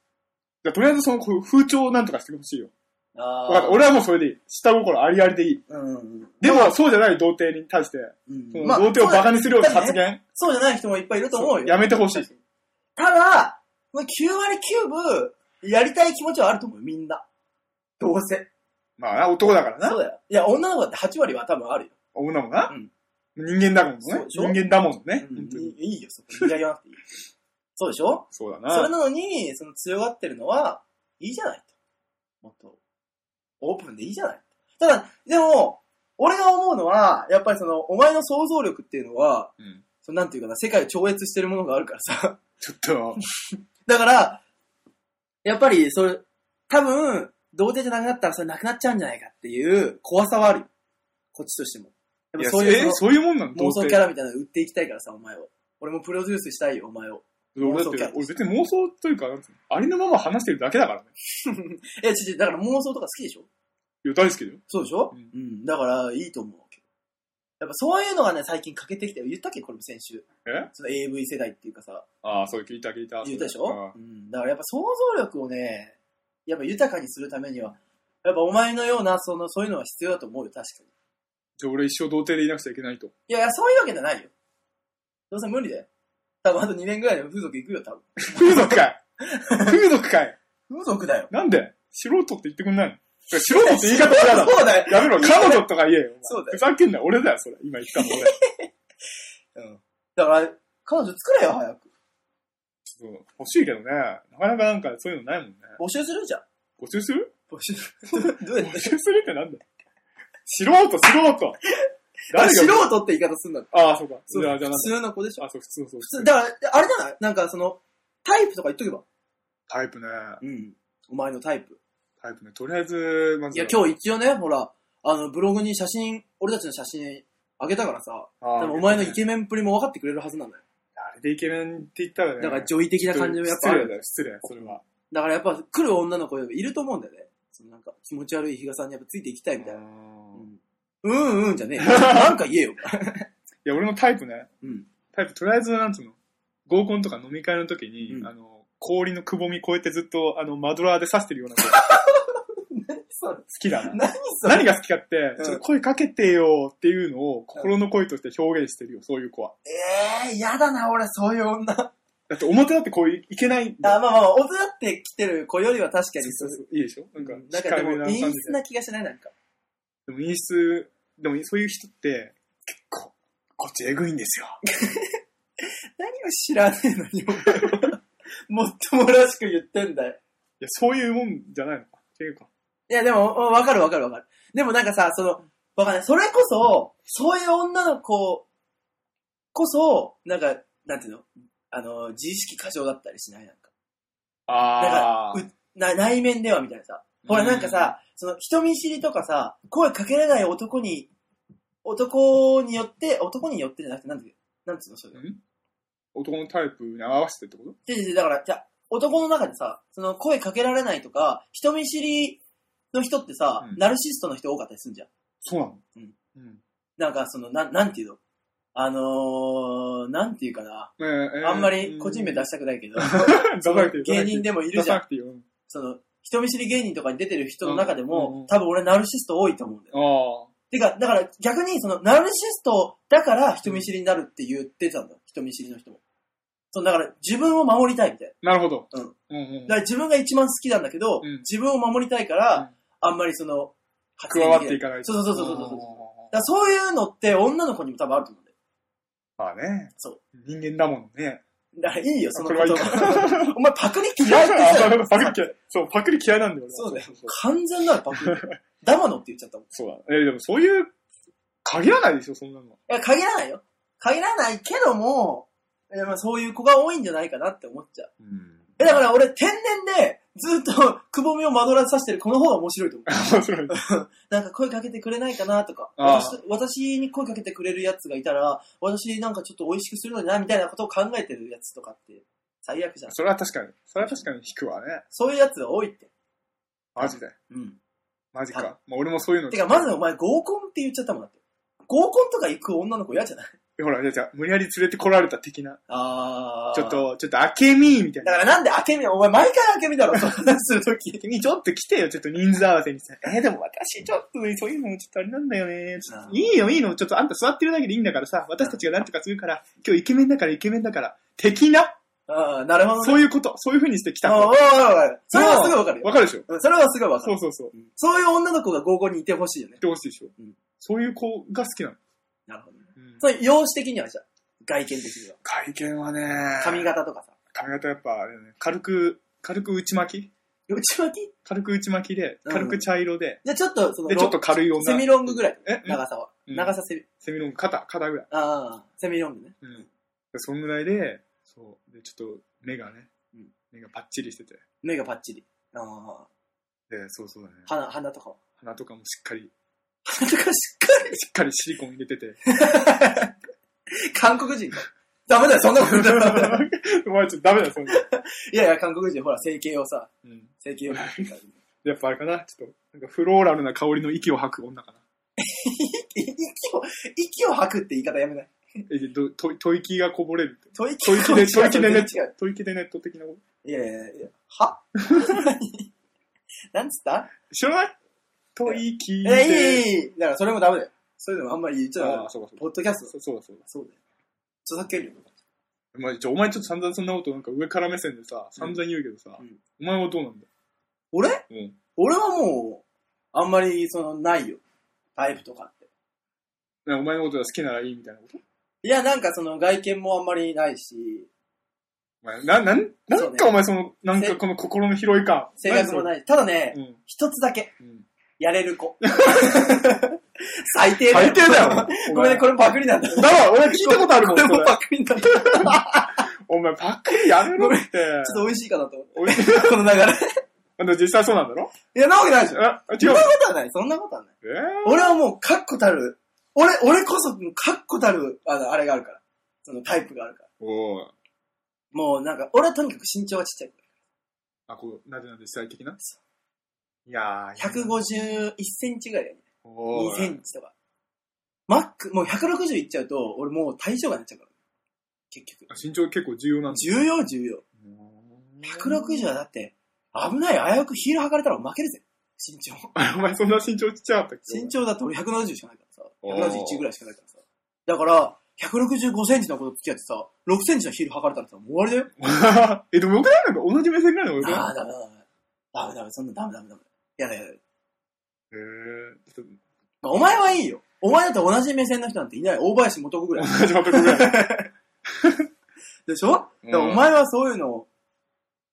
[SPEAKER 2] ゃあ、とりあえずそのこう風潮をなんとかしてほしいよ。
[SPEAKER 1] あ
[SPEAKER 2] 分かった。俺はもうそれでいい。下心ありありでいい。
[SPEAKER 1] うんうん
[SPEAKER 2] でも、そうじゃない童貞に対して、
[SPEAKER 1] うん。
[SPEAKER 2] その
[SPEAKER 1] まあ
[SPEAKER 2] 童貞をバカにするような発言、
[SPEAKER 1] そうじゃない人もいっぱいいると思うよ。
[SPEAKER 2] やめてほしい。
[SPEAKER 1] ただ、まあ9割9分、やりたい気持ちはあると思うよ、みんな。どうせ。
[SPEAKER 2] まあな、男だから
[SPEAKER 1] そう
[SPEAKER 2] な。
[SPEAKER 1] だよ。いや、女の子だって8割は多分あるよ。
[SPEAKER 2] 女もな。
[SPEAKER 1] うん
[SPEAKER 2] 人間だもんね
[SPEAKER 1] そう。でし
[SPEAKER 2] 人
[SPEAKER 1] ょ
[SPEAKER 2] 間だもんね。
[SPEAKER 1] うん
[SPEAKER 2] 本当
[SPEAKER 1] い
[SPEAKER 2] に
[SPEAKER 1] いいいよ、そこ。いや言わなくていい。そうでしょ
[SPEAKER 2] そうだ
[SPEAKER 1] それな
[SPEAKER 2] な。
[SPEAKER 1] のに、その強がってるのは、いいじゃないと。もっと、オープンでいいじゃない。ただ、でも、俺が思うのは、やっぱりその、お前の想像力っていうのは、
[SPEAKER 2] うん
[SPEAKER 1] そのなんていうかな、世界を超越してるものがあるからさ。
[SPEAKER 2] ちょっと、
[SPEAKER 1] だから、やっぱり、それ、多分、童貞じゃなくなったらそれなくなっちゃうんじゃないかっていう怖さはあるよ。こっちとしても。や
[SPEAKER 2] いや
[SPEAKER 1] っぱそう
[SPEAKER 2] え
[SPEAKER 1] いうそ
[SPEAKER 2] そういうもんなの
[SPEAKER 1] の
[SPEAKER 2] 童
[SPEAKER 1] 妄想キャ
[SPEAKER 2] 貞。
[SPEAKER 1] ラみたいなの売っていきたいからさ、お前を。俺もプロデュースしたいよ、お前を。
[SPEAKER 2] 俺
[SPEAKER 1] 妄
[SPEAKER 2] だ
[SPEAKER 1] 想キャ
[SPEAKER 2] っ
[SPEAKER 1] ラ
[SPEAKER 2] て、俺別に妄想というか、なんつうのありのまま話してるだけだからね。
[SPEAKER 1] え、ちょちょ、だから妄想とか好きでしょ
[SPEAKER 2] いや、大好きだよ。
[SPEAKER 1] そうでしょ
[SPEAKER 2] うん
[SPEAKER 1] うん。だから、いいと思うわけ。やっぱそういうのがね、最近欠けてきて、言ったっけこれも先週。
[SPEAKER 2] え
[SPEAKER 1] その AV 世代っていうかさ、
[SPEAKER 2] ああ、そう聞いた聞いた。
[SPEAKER 1] 言ったでし
[SPEAKER 2] うん
[SPEAKER 1] ょうん。だからやっぱ想像力をね、やっぱ豊かにするためには、やっぱお前のような、その、そういうのは必要だと思うよ、確かに。
[SPEAKER 2] じゃあ俺一生童貞でいなくちゃいけないと。
[SPEAKER 1] いやいや、そういうわけじゃないよ。どうせ無理だよ。多分あと2年ぐらいで風俗行くよ、多分。
[SPEAKER 2] 風俗かい風俗かい
[SPEAKER 1] 風俗だよ。
[SPEAKER 2] なんで素人って言ってくんないの素人って言い方嫌だろ。
[SPEAKER 1] そうだよ。
[SPEAKER 2] やめろ、彼女とか言えよ。
[SPEAKER 1] そうだ
[SPEAKER 2] ふ
[SPEAKER 1] よ。
[SPEAKER 2] ざけんなよ、俺だよ、それ。今言ったの俺。
[SPEAKER 1] うん。だから、彼女作れよ、早く。
[SPEAKER 2] うん欲しいけどね。なかなかなんかそういうのないもんね。
[SPEAKER 1] 募集するじゃん。
[SPEAKER 2] 募集する
[SPEAKER 1] 募集どうやっ
[SPEAKER 2] 募
[SPEAKER 1] て
[SPEAKER 2] 集するってなんだよ。素人、素 人。誰
[SPEAKER 1] 素
[SPEAKER 2] が。
[SPEAKER 1] 人って言い方すんだって。
[SPEAKER 2] ああ、そうか。
[SPEAKER 1] そう
[SPEAKER 2] じゃあ、じゃあなん
[SPEAKER 1] 普通の子でしょ
[SPEAKER 2] だ。あ、そう、普通の、そう、普
[SPEAKER 1] 普通、
[SPEAKER 2] 通。
[SPEAKER 1] だから、あれじゃないなんかその、タイプとか言っとけば。
[SPEAKER 2] タイプね。
[SPEAKER 1] うん。お前のタイプ。
[SPEAKER 2] タイプね。とりあえず、まず。
[SPEAKER 1] いや、今日一応ね、ほら、あの、ブログに写真、俺たちの写真あげたからさ、
[SPEAKER 2] あ
[SPEAKER 1] 多
[SPEAKER 2] あ
[SPEAKER 1] 分お前のイケメンっぷりも分かってくれるはずなんだよ。
[SPEAKER 2] あれでイケメンって言ったらね。
[SPEAKER 1] だから、女医的な感じもやっぱあ
[SPEAKER 2] 失
[SPEAKER 1] る
[SPEAKER 2] 礼。だよ、失礼、それは。
[SPEAKER 1] だからやっぱ来る女の子いると思うんだよね。そのなんか気持ち悪い比嘉さんにやっぱついていきたいみたいな。
[SPEAKER 2] い
[SPEAKER 1] うんうんじゃねえよ。なんか言えよ。
[SPEAKER 2] や、俺のタイプね。
[SPEAKER 1] うん。
[SPEAKER 2] タイプ、とりあえず、なんつうの。合コンとか飲み会の時に、
[SPEAKER 1] うん
[SPEAKER 2] あの、氷のくぼみ越えてずっと、あの、マドラーで刺し てるような子好
[SPEAKER 1] それ。
[SPEAKER 2] きだな。
[SPEAKER 1] 何それ
[SPEAKER 2] 何が好きかって
[SPEAKER 1] う、ん
[SPEAKER 2] ちょっと声かけてよっていうのを心の声として表現してるよ、そういう子は。
[SPEAKER 1] ええー、やだな、俺、そういう女。あ、
[SPEAKER 2] だって表だってこういけないんだ
[SPEAKER 1] まあ
[SPEAKER 2] よ。
[SPEAKER 1] まあ、大人って来てる子よりは確かにそ
[SPEAKER 2] そ
[SPEAKER 1] うう。
[SPEAKER 2] そういいでしょなんか、
[SPEAKER 1] なんかでも、
[SPEAKER 2] 感じ
[SPEAKER 1] 陰
[SPEAKER 2] で。
[SPEAKER 1] 湿な気がしない、なんか。
[SPEAKER 2] でも陰湿、でもそういう人って、結構、こっちエグいんですよ。
[SPEAKER 1] 何を知らねえのに、 お前はもっともらしく言ってんだよ。
[SPEAKER 2] いや、そういうもんじゃないのか。違うか。
[SPEAKER 1] いや、でも、おわかるわかるわかる。でもなんかさ、その、わかんない。それこそ、そういう女の子こそ、なんか、なんていうのあの、自意識過剰だったりしないなんか。
[SPEAKER 2] あ
[SPEAKER 1] なんかうな内面ではみたいなさ。ほら、
[SPEAKER 2] うん
[SPEAKER 1] なんかさ、その、人見知りとかさ、声かけれない男に、男によって、男によってじゃなくて、なんていうなんつうのそういうの。
[SPEAKER 2] 男のタイプに合わせてってこと
[SPEAKER 1] でででだから、じゃあ男の中でさ、その、声かけられないとか、人見知りの人ってさ、
[SPEAKER 2] うん
[SPEAKER 1] ナルシストの人多かったりするじゃん。
[SPEAKER 2] そうなの
[SPEAKER 1] うん。
[SPEAKER 2] うん。
[SPEAKER 1] なんかその、なん、なんていうのあのー、なんていうかな。
[SPEAKER 2] えーえー
[SPEAKER 1] あんまり個人名 出したくないけど、
[SPEAKER 2] 出さなくていい
[SPEAKER 1] 芸人でもいる
[SPEAKER 2] 出
[SPEAKER 1] じゃ
[SPEAKER 2] さ
[SPEAKER 1] ん
[SPEAKER 2] な。くていいよ。うん
[SPEAKER 1] その、人見知り芸人とかに出てる人の中で
[SPEAKER 2] うんうんう
[SPEAKER 1] も
[SPEAKER 2] ん、
[SPEAKER 1] 多分俺ナルシスト多いと思うんだよ。
[SPEAKER 2] ああ。
[SPEAKER 1] てか、だから逆にその、ナルシストだから人見知りになるって言ってたんだよ。人見知りの人も。そう、だから自分を守りたいみたい
[SPEAKER 2] なるほど。
[SPEAKER 1] うん
[SPEAKER 2] うんうん
[SPEAKER 1] な。だから自分が一番好きなんだけど、
[SPEAKER 2] うん
[SPEAKER 1] 自分を守りたいか
[SPEAKER 2] うん
[SPEAKER 1] ら、あんまりその、発
[SPEAKER 2] 加
[SPEAKER 1] 言
[SPEAKER 2] わっ
[SPEAKER 1] でき
[SPEAKER 2] ていかない
[SPEAKER 1] そうそうそうそうそうそう。だか
[SPEAKER 2] う
[SPEAKER 1] らそういうのって女の子にも多分あると思うんだよ。
[SPEAKER 2] まあね。
[SPEAKER 1] そう。
[SPEAKER 2] 人間だもんね。
[SPEAKER 1] だからいいよ、その
[SPEAKER 2] これはいい
[SPEAKER 1] 言葉。 お前パクリ嫌いって言ってた よ
[SPEAKER 2] あパクリ嫌い。そう、パクリ嫌いなんだよ。俺
[SPEAKER 1] そうだよ
[SPEAKER 2] そう
[SPEAKER 1] 完全なるパクリ。ダマノって言っちゃったもん。い
[SPEAKER 2] そうだ。えー、でもそういう、限らないでしょ、そんなの。
[SPEAKER 1] や、限らないよ。限らないけども、いやまあそういう子が多いんじゃないかなって思っちゃう。
[SPEAKER 2] うん。
[SPEAKER 1] えだから俺、天然で、ずっと、くぼみをまどらさしてるこの方が面白いと思う。
[SPEAKER 2] 面白い。
[SPEAKER 1] なんか声かけてくれないかなとか、
[SPEAKER 2] ああ
[SPEAKER 1] 私と私に声かけてくれるやつがいたら、私なんかちょっと美味しくするのにな、みたいなことを考えてるやつとかって、最悪じゃん。
[SPEAKER 2] それは確かに。それは確かに引くわね。
[SPEAKER 1] そういうやつが多いって。
[SPEAKER 2] マジで。
[SPEAKER 1] うん。
[SPEAKER 2] マジか。
[SPEAKER 1] は
[SPEAKER 2] まあ俺もそういうの。
[SPEAKER 1] てか、まずお前合コンって言っちゃったもんだって。合コンとか行く女の子嫌じゃない
[SPEAKER 2] ほら、じゃあじゃあ無理やり連れてこられた的な。
[SPEAKER 1] あ
[SPEAKER 2] ちょっ。と、ちょっと、明けみみたい
[SPEAKER 1] だ
[SPEAKER 2] な。
[SPEAKER 1] からなんで明美お前毎回明美だろ、その話するとき。
[SPEAKER 2] 明美ちょっと来てよ、ちょっと人数合わせにさ。えーでも私ちょっと、そういうのもちょっとあれなんだよね。ちょっと
[SPEAKER 1] あー
[SPEAKER 2] いいよ、いいの。ちょっとあんた座ってるだけでいいんだからさ、私たちがなんとかするから、今日イケメンだからイケメンだから、的な、
[SPEAKER 1] ああ、なるほどね。
[SPEAKER 2] そういうこと、そういう風にしてきた
[SPEAKER 1] ああ、
[SPEAKER 2] の。
[SPEAKER 1] わかるわかる。それはすごいわかるよ。
[SPEAKER 2] わかるでしょ
[SPEAKER 1] うんそれはすごいわか
[SPEAKER 2] そ
[SPEAKER 1] る。
[SPEAKER 2] うそうそう。
[SPEAKER 1] うんそういう女の子が合コンにいてほしいよね
[SPEAKER 2] っ。てほしいでしょ
[SPEAKER 1] うん。
[SPEAKER 2] そういう子が好きなの。
[SPEAKER 1] なるほどね。
[SPEAKER 2] うん
[SPEAKER 1] そう、容姿的にはじゃあ外見的には。
[SPEAKER 2] 外見はね、
[SPEAKER 1] 髪。型とかさ。
[SPEAKER 2] 髪型やっぱあれだね、軽く、軽く内巻き
[SPEAKER 1] 内巻きじ
[SPEAKER 2] 軽く内巻きで、
[SPEAKER 1] うん
[SPEAKER 2] 軽く茶色で、
[SPEAKER 1] ゃあちょっと、その、
[SPEAKER 2] で、ちょっと軽い
[SPEAKER 1] ロ
[SPEAKER 2] 女。
[SPEAKER 1] ンセミロングぐらい。
[SPEAKER 2] え
[SPEAKER 1] 長さは。
[SPEAKER 2] うん
[SPEAKER 1] 長さセミ、
[SPEAKER 2] セミロング、肩、肩ぐらい。
[SPEAKER 1] ああ、セミロングね。
[SPEAKER 2] うん。そんぐらいで、そう。で、ちょっと目がね
[SPEAKER 1] うん、
[SPEAKER 2] 目がパッチリしてて。
[SPEAKER 1] 目がパッチリ。ああ、
[SPEAKER 2] で、そうそうだね。
[SPEAKER 1] 鼻、鼻とかは。
[SPEAKER 2] 鼻とかもしっかり、
[SPEAKER 1] 鼻とかしっか
[SPEAKER 2] しっかりシリコン入れてて。
[SPEAKER 1] り。韓国人か。ダメだよ、そんなこと言ったら。
[SPEAKER 2] お前ちょっとダメだよ、そんな。
[SPEAKER 1] いやいや、韓国人ほら、整形をさ、
[SPEAKER 2] うん。
[SPEAKER 1] 整形をなんていうか。
[SPEAKER 2] やっぱあれかな、ちょっと、なんかフローラルな香りの息を吐く女かな。
[SPEAKER 1] 息を、息を吐くって言い方やめない。
[SPEAKER 2] え、でどと吐息がこぼれるって。
[SPEAKER 1] 吐息
[SPEAKER 2] 吐息で、吐息でネ
[SPEAKER 1] 違
[SPEAKER 2] ッ
[SPEAKER 1] う。
[SPEAKER 2] ト、吐息でネット的なこと。
[SPEAKER 1] いやいやいや。は なんつった
[SPEAKER 2] 知らないと聞い
[SPEAKER 1] え
[SPEAKER 2] て。
[SPEAKER 1] いいいいだからそれもダメだよ。そういうのもあんまり言っちゃダメ
[SPEAKER 2] あ
[SPEAKER 1] だ
[SPEAKER 2] あ、そうかそうか。
[SPEAKER 1] ポッドキャストだ。
[SPEAKER 2] そうそうだそうだ。
[SPEAKER 1] そうだよ。著作権料
[SPEAKER 2] まあ、ちょお前ちょっと散々そんなことなんか上から目線でさ、散々言うけどさ、
[SPEAKER 1] うん
[SPEAKER 2] お前はどうなんだよ。
[SPEAKER 1] 俺
[SPEAKER 2] うん。
[SPEAKER 1] 俺はもう、あんまり、その、ないよ。タイプとかって。
[SPEAKER 2] なんかお前のことが好きならいいみたいなこと
[SPEAKER 1] いや、なんかその、外見もあんまりないし、
[SPEAKER 2] お前な、なん、な
[SPEAKER 1] そうんね
[SPEAKER 2] かお前その、なんかこの心の広い感。
[SPEAKER 1] 性格も
[SPEAKER 2] い。
[SPEAKER 1] ない。ただね、
[SPEAKER 2] うん。
[SPEAKER 1] 一つだけ、
[SPEAKER 2] うん
[SPEAKER 1] やれる子。最低だよ。
[SPEAKER 2] 最低だよ。
[SPEAKER 1] ごめんね、これパクリなんだ。
[SPEAKER 2] れ。だから、俺聞いたこと あるもん、それ。
[SPEAKER 1] クリなんだ。ちょっ
[SPEAKER 2] お前、パクリやめろって。
[SPEAKER 1] と美味しいかなと思って。
[SPEAKER 2] おい
[SPEAKER 1] この流れ。
[SPEAKER 2] あの実際そうなんだろ
[SPEAKER 1] いや、なわけないでしょ。
[SPEAKER 2] あ、違
[SPEAKER 1] そん
[SPEAKER 2] う
[SPEAKER 1] な。ことはない。そんなことはない。
[SPEAKER 2] えー
[SPEAKER 1] 俺はもう、確固たる、俺、俺こそ、確固たる、あの、あれがあるから。そのタイプがあるから。
[SPEAKER 2] おー
[SPEAKER 1] もう、なんか、俺はとにかく身長がちっちゃい。
[SPEAKER 2] あ、こう、なでなで主体的ないやー。
[SPEAKER 1] 151センチぐらいだよね。
[SPEAKER 2] お
[SPEAKER 1] 2セ
[SPEAKER 2] ー
[SPEAKER 1] ンチとか。マック、もう160いっちゃうと、俺もう体重がになっちゃうから。結局。
[SPEAKER 2] あ身長結構重要なんだ。
[SPEAKER 1] 重要重要。160はだって、危ない。危うくヒール履かれたら負けるぜ。身長。
[SPEAKER 2] あお前 そんな身長ちっちゃかったっけ
[SPEAKER 1] 身長だって俺170しかないからさ。
[SPEAKER 2] おー
[SPEAKER 1] 171ぐらいしかないからさ。だから、165センチのこと付き合ってさ、6センチのヒール履かれたらさ、もう終わりだよ。
[SPEAKER 2] え、でもよくないなんか同じ目線ぐらいのよく
[SPEAKER 1] あ
[SPEAKER 2] な
[SPEAKER 1] あ、ダメダメダメ。ダメダメ、そんなダメダメダメ。やだやだ。
[SPEAKER 2] いへーちょっ
[SPEAKER 1] まあお前はいいよ。お前だって同じ目線の人なんていない。大林元子ぐらい。
[SPEAKER 2] と同じ畑ぐらい。
[SPEAKER 1] でしょ、だからお前はそういうの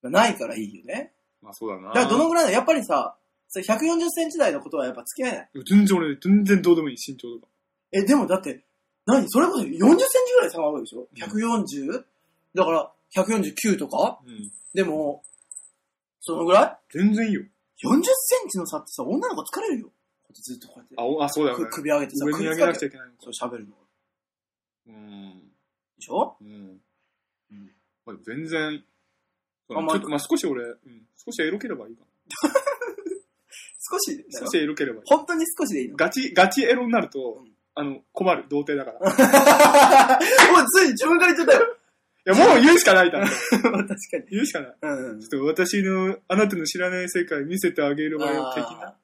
[SPEAKER 1] がないからいいよね。
[SPEAKER 2] まあそうだな。
[SPEAKER 1] だからどのぐらいだやっぱりさ、それ140センチ台のことはやっぱ付き合えない。
[SPEAKER 2] 全然俺、全然どうでもいい身長とか。
[SPEAKER 1] え、でもだって、何それこそ40センチぐらい差があるわけでしょ ?140? だから、149とか
[SPEAKER 2] うん。
[SPEAKER 1] でも、そのぐら
[SPEAKER 2] 全然いいよ。
[SPEAKER 1] い ?40 センチの差ってさ、女の子疲れるよ。こうやってずっとこうやって
[SPEAKER 2] あ、おあそうだよね
[SPEAKER 1] く。首上げてさ、
[SPEAKER 2] 上
[SPEAKER 1] 首
[SPEAKER 2] に
[SPEAKER 1] 上
[SPEAKER 2] 上
[SPEAKER 1] げ
[SPEAKER 2] げ
[SPEAKER 1] な
[SPEAKER 2] な
[SPEAKER 1] くて
[SPEAKER 2] くちゃいけないのか。
[SPEAKER 1] そう喋るの。で
[SPEAKER 2] うん。
[SPEAKER 1] しょ
[SPEAKER 2] うん
[SPEAKER 1] うん。
[SPEAKER 2] まあ、全然、
[SPEAKER 1] あ
[SPEAKER 2] まあ、
[SPEAKER 1] まあ
[SPEAKER 2] ちょっと、まあ、少し俺、うん、少しエロければいいか
[SPEAKER 1] 少しだ
[SPEAKER 2] な。
[SPEAKER 1] よ
[SPEAKER 2] 少しエロければいい。
[SPEAKER 1] 本当に少しでいいの も
[SPEAKER 2] ガチ、ガチエロになると
[SPEAKER 1] うん、
[SPEAKER 2] あの、困る、童貞だから。
[SPEAKER 1] うついに自分から言っちゃったよ。
[SPEAKER 2] いや、もう言うしかないだろ。
[SPEAKER 1] 確かに。
[SPEAKER 2] 言うしかない。
[SPEAKER 1] うんうん
[SPEAKER 2] ち。ょっと私の、あなたの知らない世界見せてあげるわよ、的
[SPEAKER 1] あー
[SPEAKER 2] な。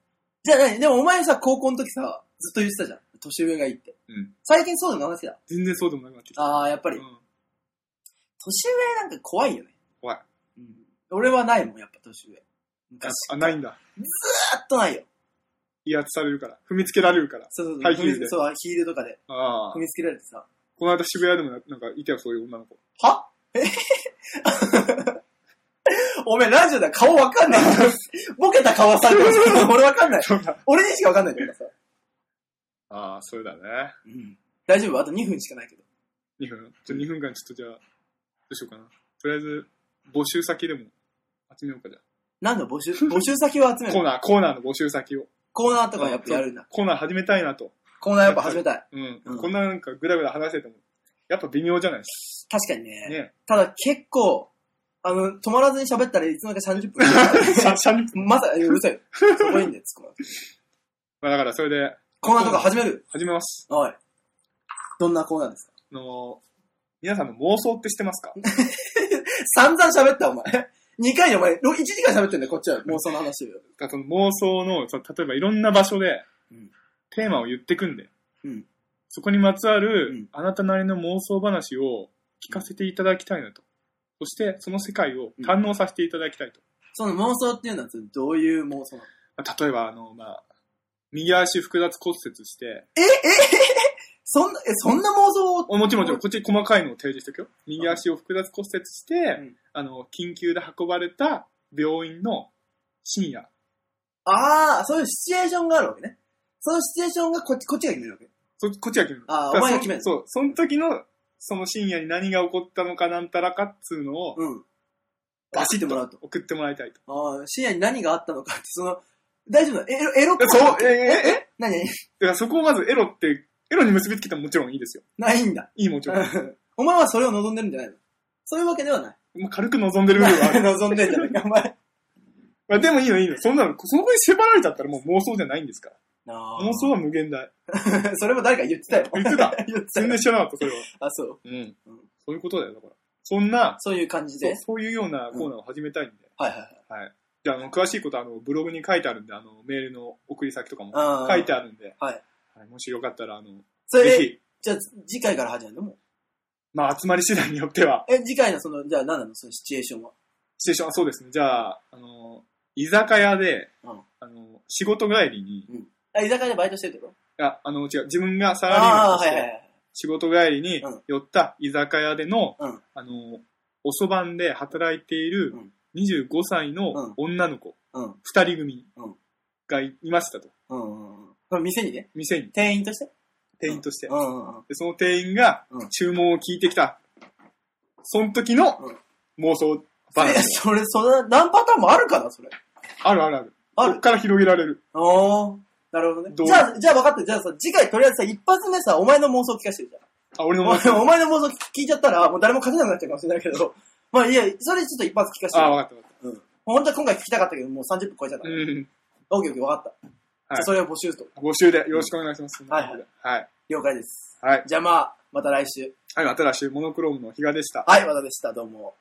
[SPEAKER 1] じゃあ何でもお前さ、高校の時さ、ずっと言ってたじゃん。年上がいいって。
[SPEAKER 2] うん
[SPEAKER 1] 最近そうでもなかった。
[SPEAKER 2] 全然そうでもなくなってきた。
[SPEAKER 1] ああ、やっぱり
[SPEAKER 2] う。ん。
[SPEAKER 1] 年上なんか怖いよね。
[SPEAKER 2] 怖い。
[SPEAKER 1] うん。俺はないもん、やっぱ年上。
[SPEAKER 2] あ
[SPEAKER 1] 昔。
[SPEAKER 2] あ、ないんだ。
[SPEAKER 1] パッとないよ。
[SPEAKER 2] 威圧されるから。踏みつけられるから。
[SPEAKER 1] そうそうそう。
[SPEAKER 2] ハイヒールで
[SPEAKER 1] そう、ヒールとかで
[SPEAKER 2] ああ
[SPEAKER 1] 踏。みつけられてさ。
[SPEAKER 2] この間渋谷でもななんかいたよ、そういう女の子。
[SPEAKER 1] はえお前ラジオだ、顔わかんない。 ボケた顔されてる。俺わかんない。
[SPEAKER 2] そうだ。
[SPEAKER 1] 俺にしかわかんないからさ。
[SPEAKER 2] ああ、そうだね。
[SPEAKER 1] うん。大丈夫あと2分しかないけど。
[SPEAKER 2] 2分。ちょ、2分間ちょっとじゃあ、どうしようかな。とりあえず、募集先でも集めようか、じゃ
[SPEAKER 1] 何の募 集募集先を集め
[SPEAKER 2] あ。コー
[SPEAKER 1] る
[SPEAKER 2] ナー、コーナーの募集先を。
[SPEAKER 1] コーナーとかやっぱやるんだ。
[SPEAKER 2] コーナー始めたいなと。
[SPEAKER 1] コーナーやっぱ始めたい。
[SPEAKER 2] うん。
[SPEAKER 1] うん
[SPEAKER 2] こんななんかぐだぐだ話してても、やっぱ微妙じゃな いです
[SPEAKER 1] 確かに
[SPEAKER 2] か。
[SPEAKER 1] ね。
[SPEAKER 2] ね。
[SPEAKER 1] ただ結構、あの、止まらずに喋ったらいつの間にか30分。
[SPEAKER 2] シャシャン
[SPEAKER 1] まさ、うるさいよ。そこいいんだよ、突っ込まなくて
[SPEAKER 2] まあだからそれで、
[SPEAKER 1] コーナーとか始める。
[SPEAKER 2] 始めます。
[SPEAKER 1] はい。どんなコーナーですか
[SPEAKER 2] あの、皆さんの妄想って知ってますか
[SPEAKER 1] 散々喋った、お前。2回でお 前、ろ1時間喋ってんだよ、こっちは。妄想の話を。
[SPEAKER 2] だからその妄想の、その例えばいろんな場所で
[SPEAKER 1] うん、
[SPEAKER 2] テーマを言ってくんで、
[SPEAKER 1] うん
[SPEAKER 2] そこにまつわ
[SPEAKER 1] う
[SPEAKER 2] る
[SPEAKER 1] ん、
[SPEAKER 2] あなたなりの妄想話を聞かせていただきたいなと。そして、その世界を堪能させていただきたいと。
[SPEAKER 1] その妄想っていうのは、どういう妄想なの
[SPEAKER 2] まあ例えば、あの、まあ、右足複雑骨折して、
[SPEAKER 1] え、え、え、そんな、え、そんな妄想を、
[SPEAKER 2] おもちろんもちろん、こっち細かいのを提示しておくよ。右足を複雑骨折して、
[SPEAKER 1] うん
[SPEAKER 2] あの、緊急で運ばれた病院の深夜。
[SPEAKER 1] ああ、そういうシチュエーションがあるわけね。そのシチュエーションがこっち、こっちが決めるわけ。
[SPEAKER 2] そこっちが決める。
[SPEAKER 1] あー
[SPEAKER 2] だから
[SPEAKER 1] お前が決める
[SPEAKER 2] そそう、その時の、その深夜に何が起こったのかなんたらかっつうのを、
[SPEAKER 1] うん。
[SPEAKER 2] バシ
[SPEAKER 1] 送って
[SPEAKER 2] ッ
[SPEAKER 1] もら
[SPEAKER 2] と
[SPEAKER 1] うと。
[SPEAKER 2] 送ってもらいたいと。
[SPEAKER 1] ああ、深夜に何があったのかって、その、大丈夫なのエロ、エロっぽい
[SPEAKER 2] そう、え、え、え、だ
[SPEAKER 1] 何何
[SPEAKER 2] からそこをまずエロって、エロに結びつけたらもちろんいいですよ。
[SPEAKER 1] ないんだ。
[SPEAKER 2] いいもちろん。も
[SPEAKER 1] お前はそれを望んでるんじゃないのそういうわけではない。
[SPEAKER 2] う軽く望んでる部分はあ る。
[SPEAKER 1] 望んでんじゃないか、お前。
[SPEAKER 2] まあでもいいのいいの。そんなの、そこに縛られちゃったらもう妄想じゃないんですから。妄想は無限大。
[SPEAKER 1] それも誰か言ってたよ。
[SPEAKER 2] 言ってた。
[SPEAKER 1] 言ってた
[SPEAKER 2] 全
[SPEAKER 1] よ
[SPEAKER 2] 然。知らなかった、それは。
[SPEAKER 1] あ、そう。
[SPEAKER 2] うん
[SPEAKER 1] うん。
[SPEAKER 2] そういうことだよ、だから。そんな、
[SPEAKER 1] そういう感じ
[SPEAKER 2] そう
[SPEAKER 1] で。
[SPEAKER 2] そういうようなコーナーを始めたいんで。
[SPEAKER 1] はいはいはい。
[SPEAKER 2] はい。じゃあ、あの、詳しいことは、あの、ブログに書いてあるんで、あの、メールの送り先とかも
[SPEAKER 1] あー
[SPEAKER 2] 書いてあるんで、
[SPEAKER 1] はい
[SPEAKER 2] はい。もしよかったら、あの、
[SPEAKER 1] それ
[SPEAKER 2] ぜ
[SPEAKER 1] で、
[SPEAKER 2] ひ、
[SPEAKER 1] じゃあ次回から始めるのも
[SPEAKER 2] まあ、集まり次第によっては、
[SPEAKER 1] え、次回のその、じゃあ何なのそのシチュエーションは。
[SPEAKER 2] シチュエーションはそうですね。じゃあ、あの、居酒屋で、
[SPEAKER 1] うん
[SPEAKER 2] あの、仕事帰りに、
[SPEAKER 1] あ、居酒屋でバイトしてるってこと
[SPEAKER 2] あ、あの、違う、自分がサラリーマ
[SPEAKER 1] あ
[SPEAKER 2] ン
[SPEAKER 1] あ、
[SPEAKER 2] と
[SPEAKER 1] は
[SPEAKER 2] し
[SPEAKER 1] いはいは
[SPEAKER 2] て、
[SPEAKER 1] い。
[SPEAKER 2] 仕事帰りに
[SPEAKER 1] うん
[SPEAKER 2] 寄った居酒屋での、
[SPEAKER 1] うん
[SPEAKER 2] あの、遅番で働いている
[SPEAKER 1] うん
[SPEAKER 2] 25歳の女の子、
[SPEAKER 1] うん。
[SPEAKER 2] 二人組
[SPEAKER 1] うん
[SPEAKER 2] がいましたと。
[SPEAKER 1] うんうんうん。その店にね、
[SPEAKER 2] 店に、
[SPEAKER 1] 店員として
[SPEAKER 2] 店員として
[SPEAKER 1] う。んうんうん。
[SPEAKER 2] で、その店員が
[SPEAKER 1] うん
[SPEAKER 2] 注文を聞いてきた。その時の妄想
[SPEAKER 1] え、
[SPEAKER 2] 話。
[SPEAKER 1] それ、そんな、何パターンもあるかなそれ。
[SPEAKER 2] あるあるある。
[SPEAKER 1] あ
[SPEAKER 2] こっ
[SPEAKER 1] る
[SPEAKER 2] から広げられる。
[SPEAKER 1] おー。なるほどね。
[SPEAKER 2] どう
[SPEAKER 1] じゃあ、じゃあ分かって、じゃあさ、次回とりあえずさ、一発目さ、お前の妄想聞かせてじゃん。
[SPEAKER 2] あ、俺の妄
[SPEAKER 1] お
[SPEAKER 2] 想。
[SPEAKER 1] 前の妄想聞いちゃったら、もう誰も勝てなくなっちゃうかもしれないけど。まあいいや、それちょっと一発聞かせて
[SPEAKER 2] あ、
[SPEAKER 1] よ。
[SPEAKER 2] わかったわかっ。
[SPEAKER 1] うん。本当は今回聞きたかったけど、もう30分超えちゃったた
[SPEAKER 2] う
[SPEAKER 1] から。オ
[SPEAKER 2] ん。
[SPEAKER 1] ッケーオッケー、分かった。じゃあそれを募集と。
[SPEAKER 2] 募集でよろしくお願いします。
[SPEAKER 1] はいはい
[SPEAKER 2] はい。
[SPEAKER 1] 了解です。
[SPEAKER 2] はい。
[SPEAKER 1] じゃあまあ、また来週。
[SPEAKER 2] はい、新しいモノクロームの比嘉でした。
[SPEAKER 1] はい、和田でした。どうも。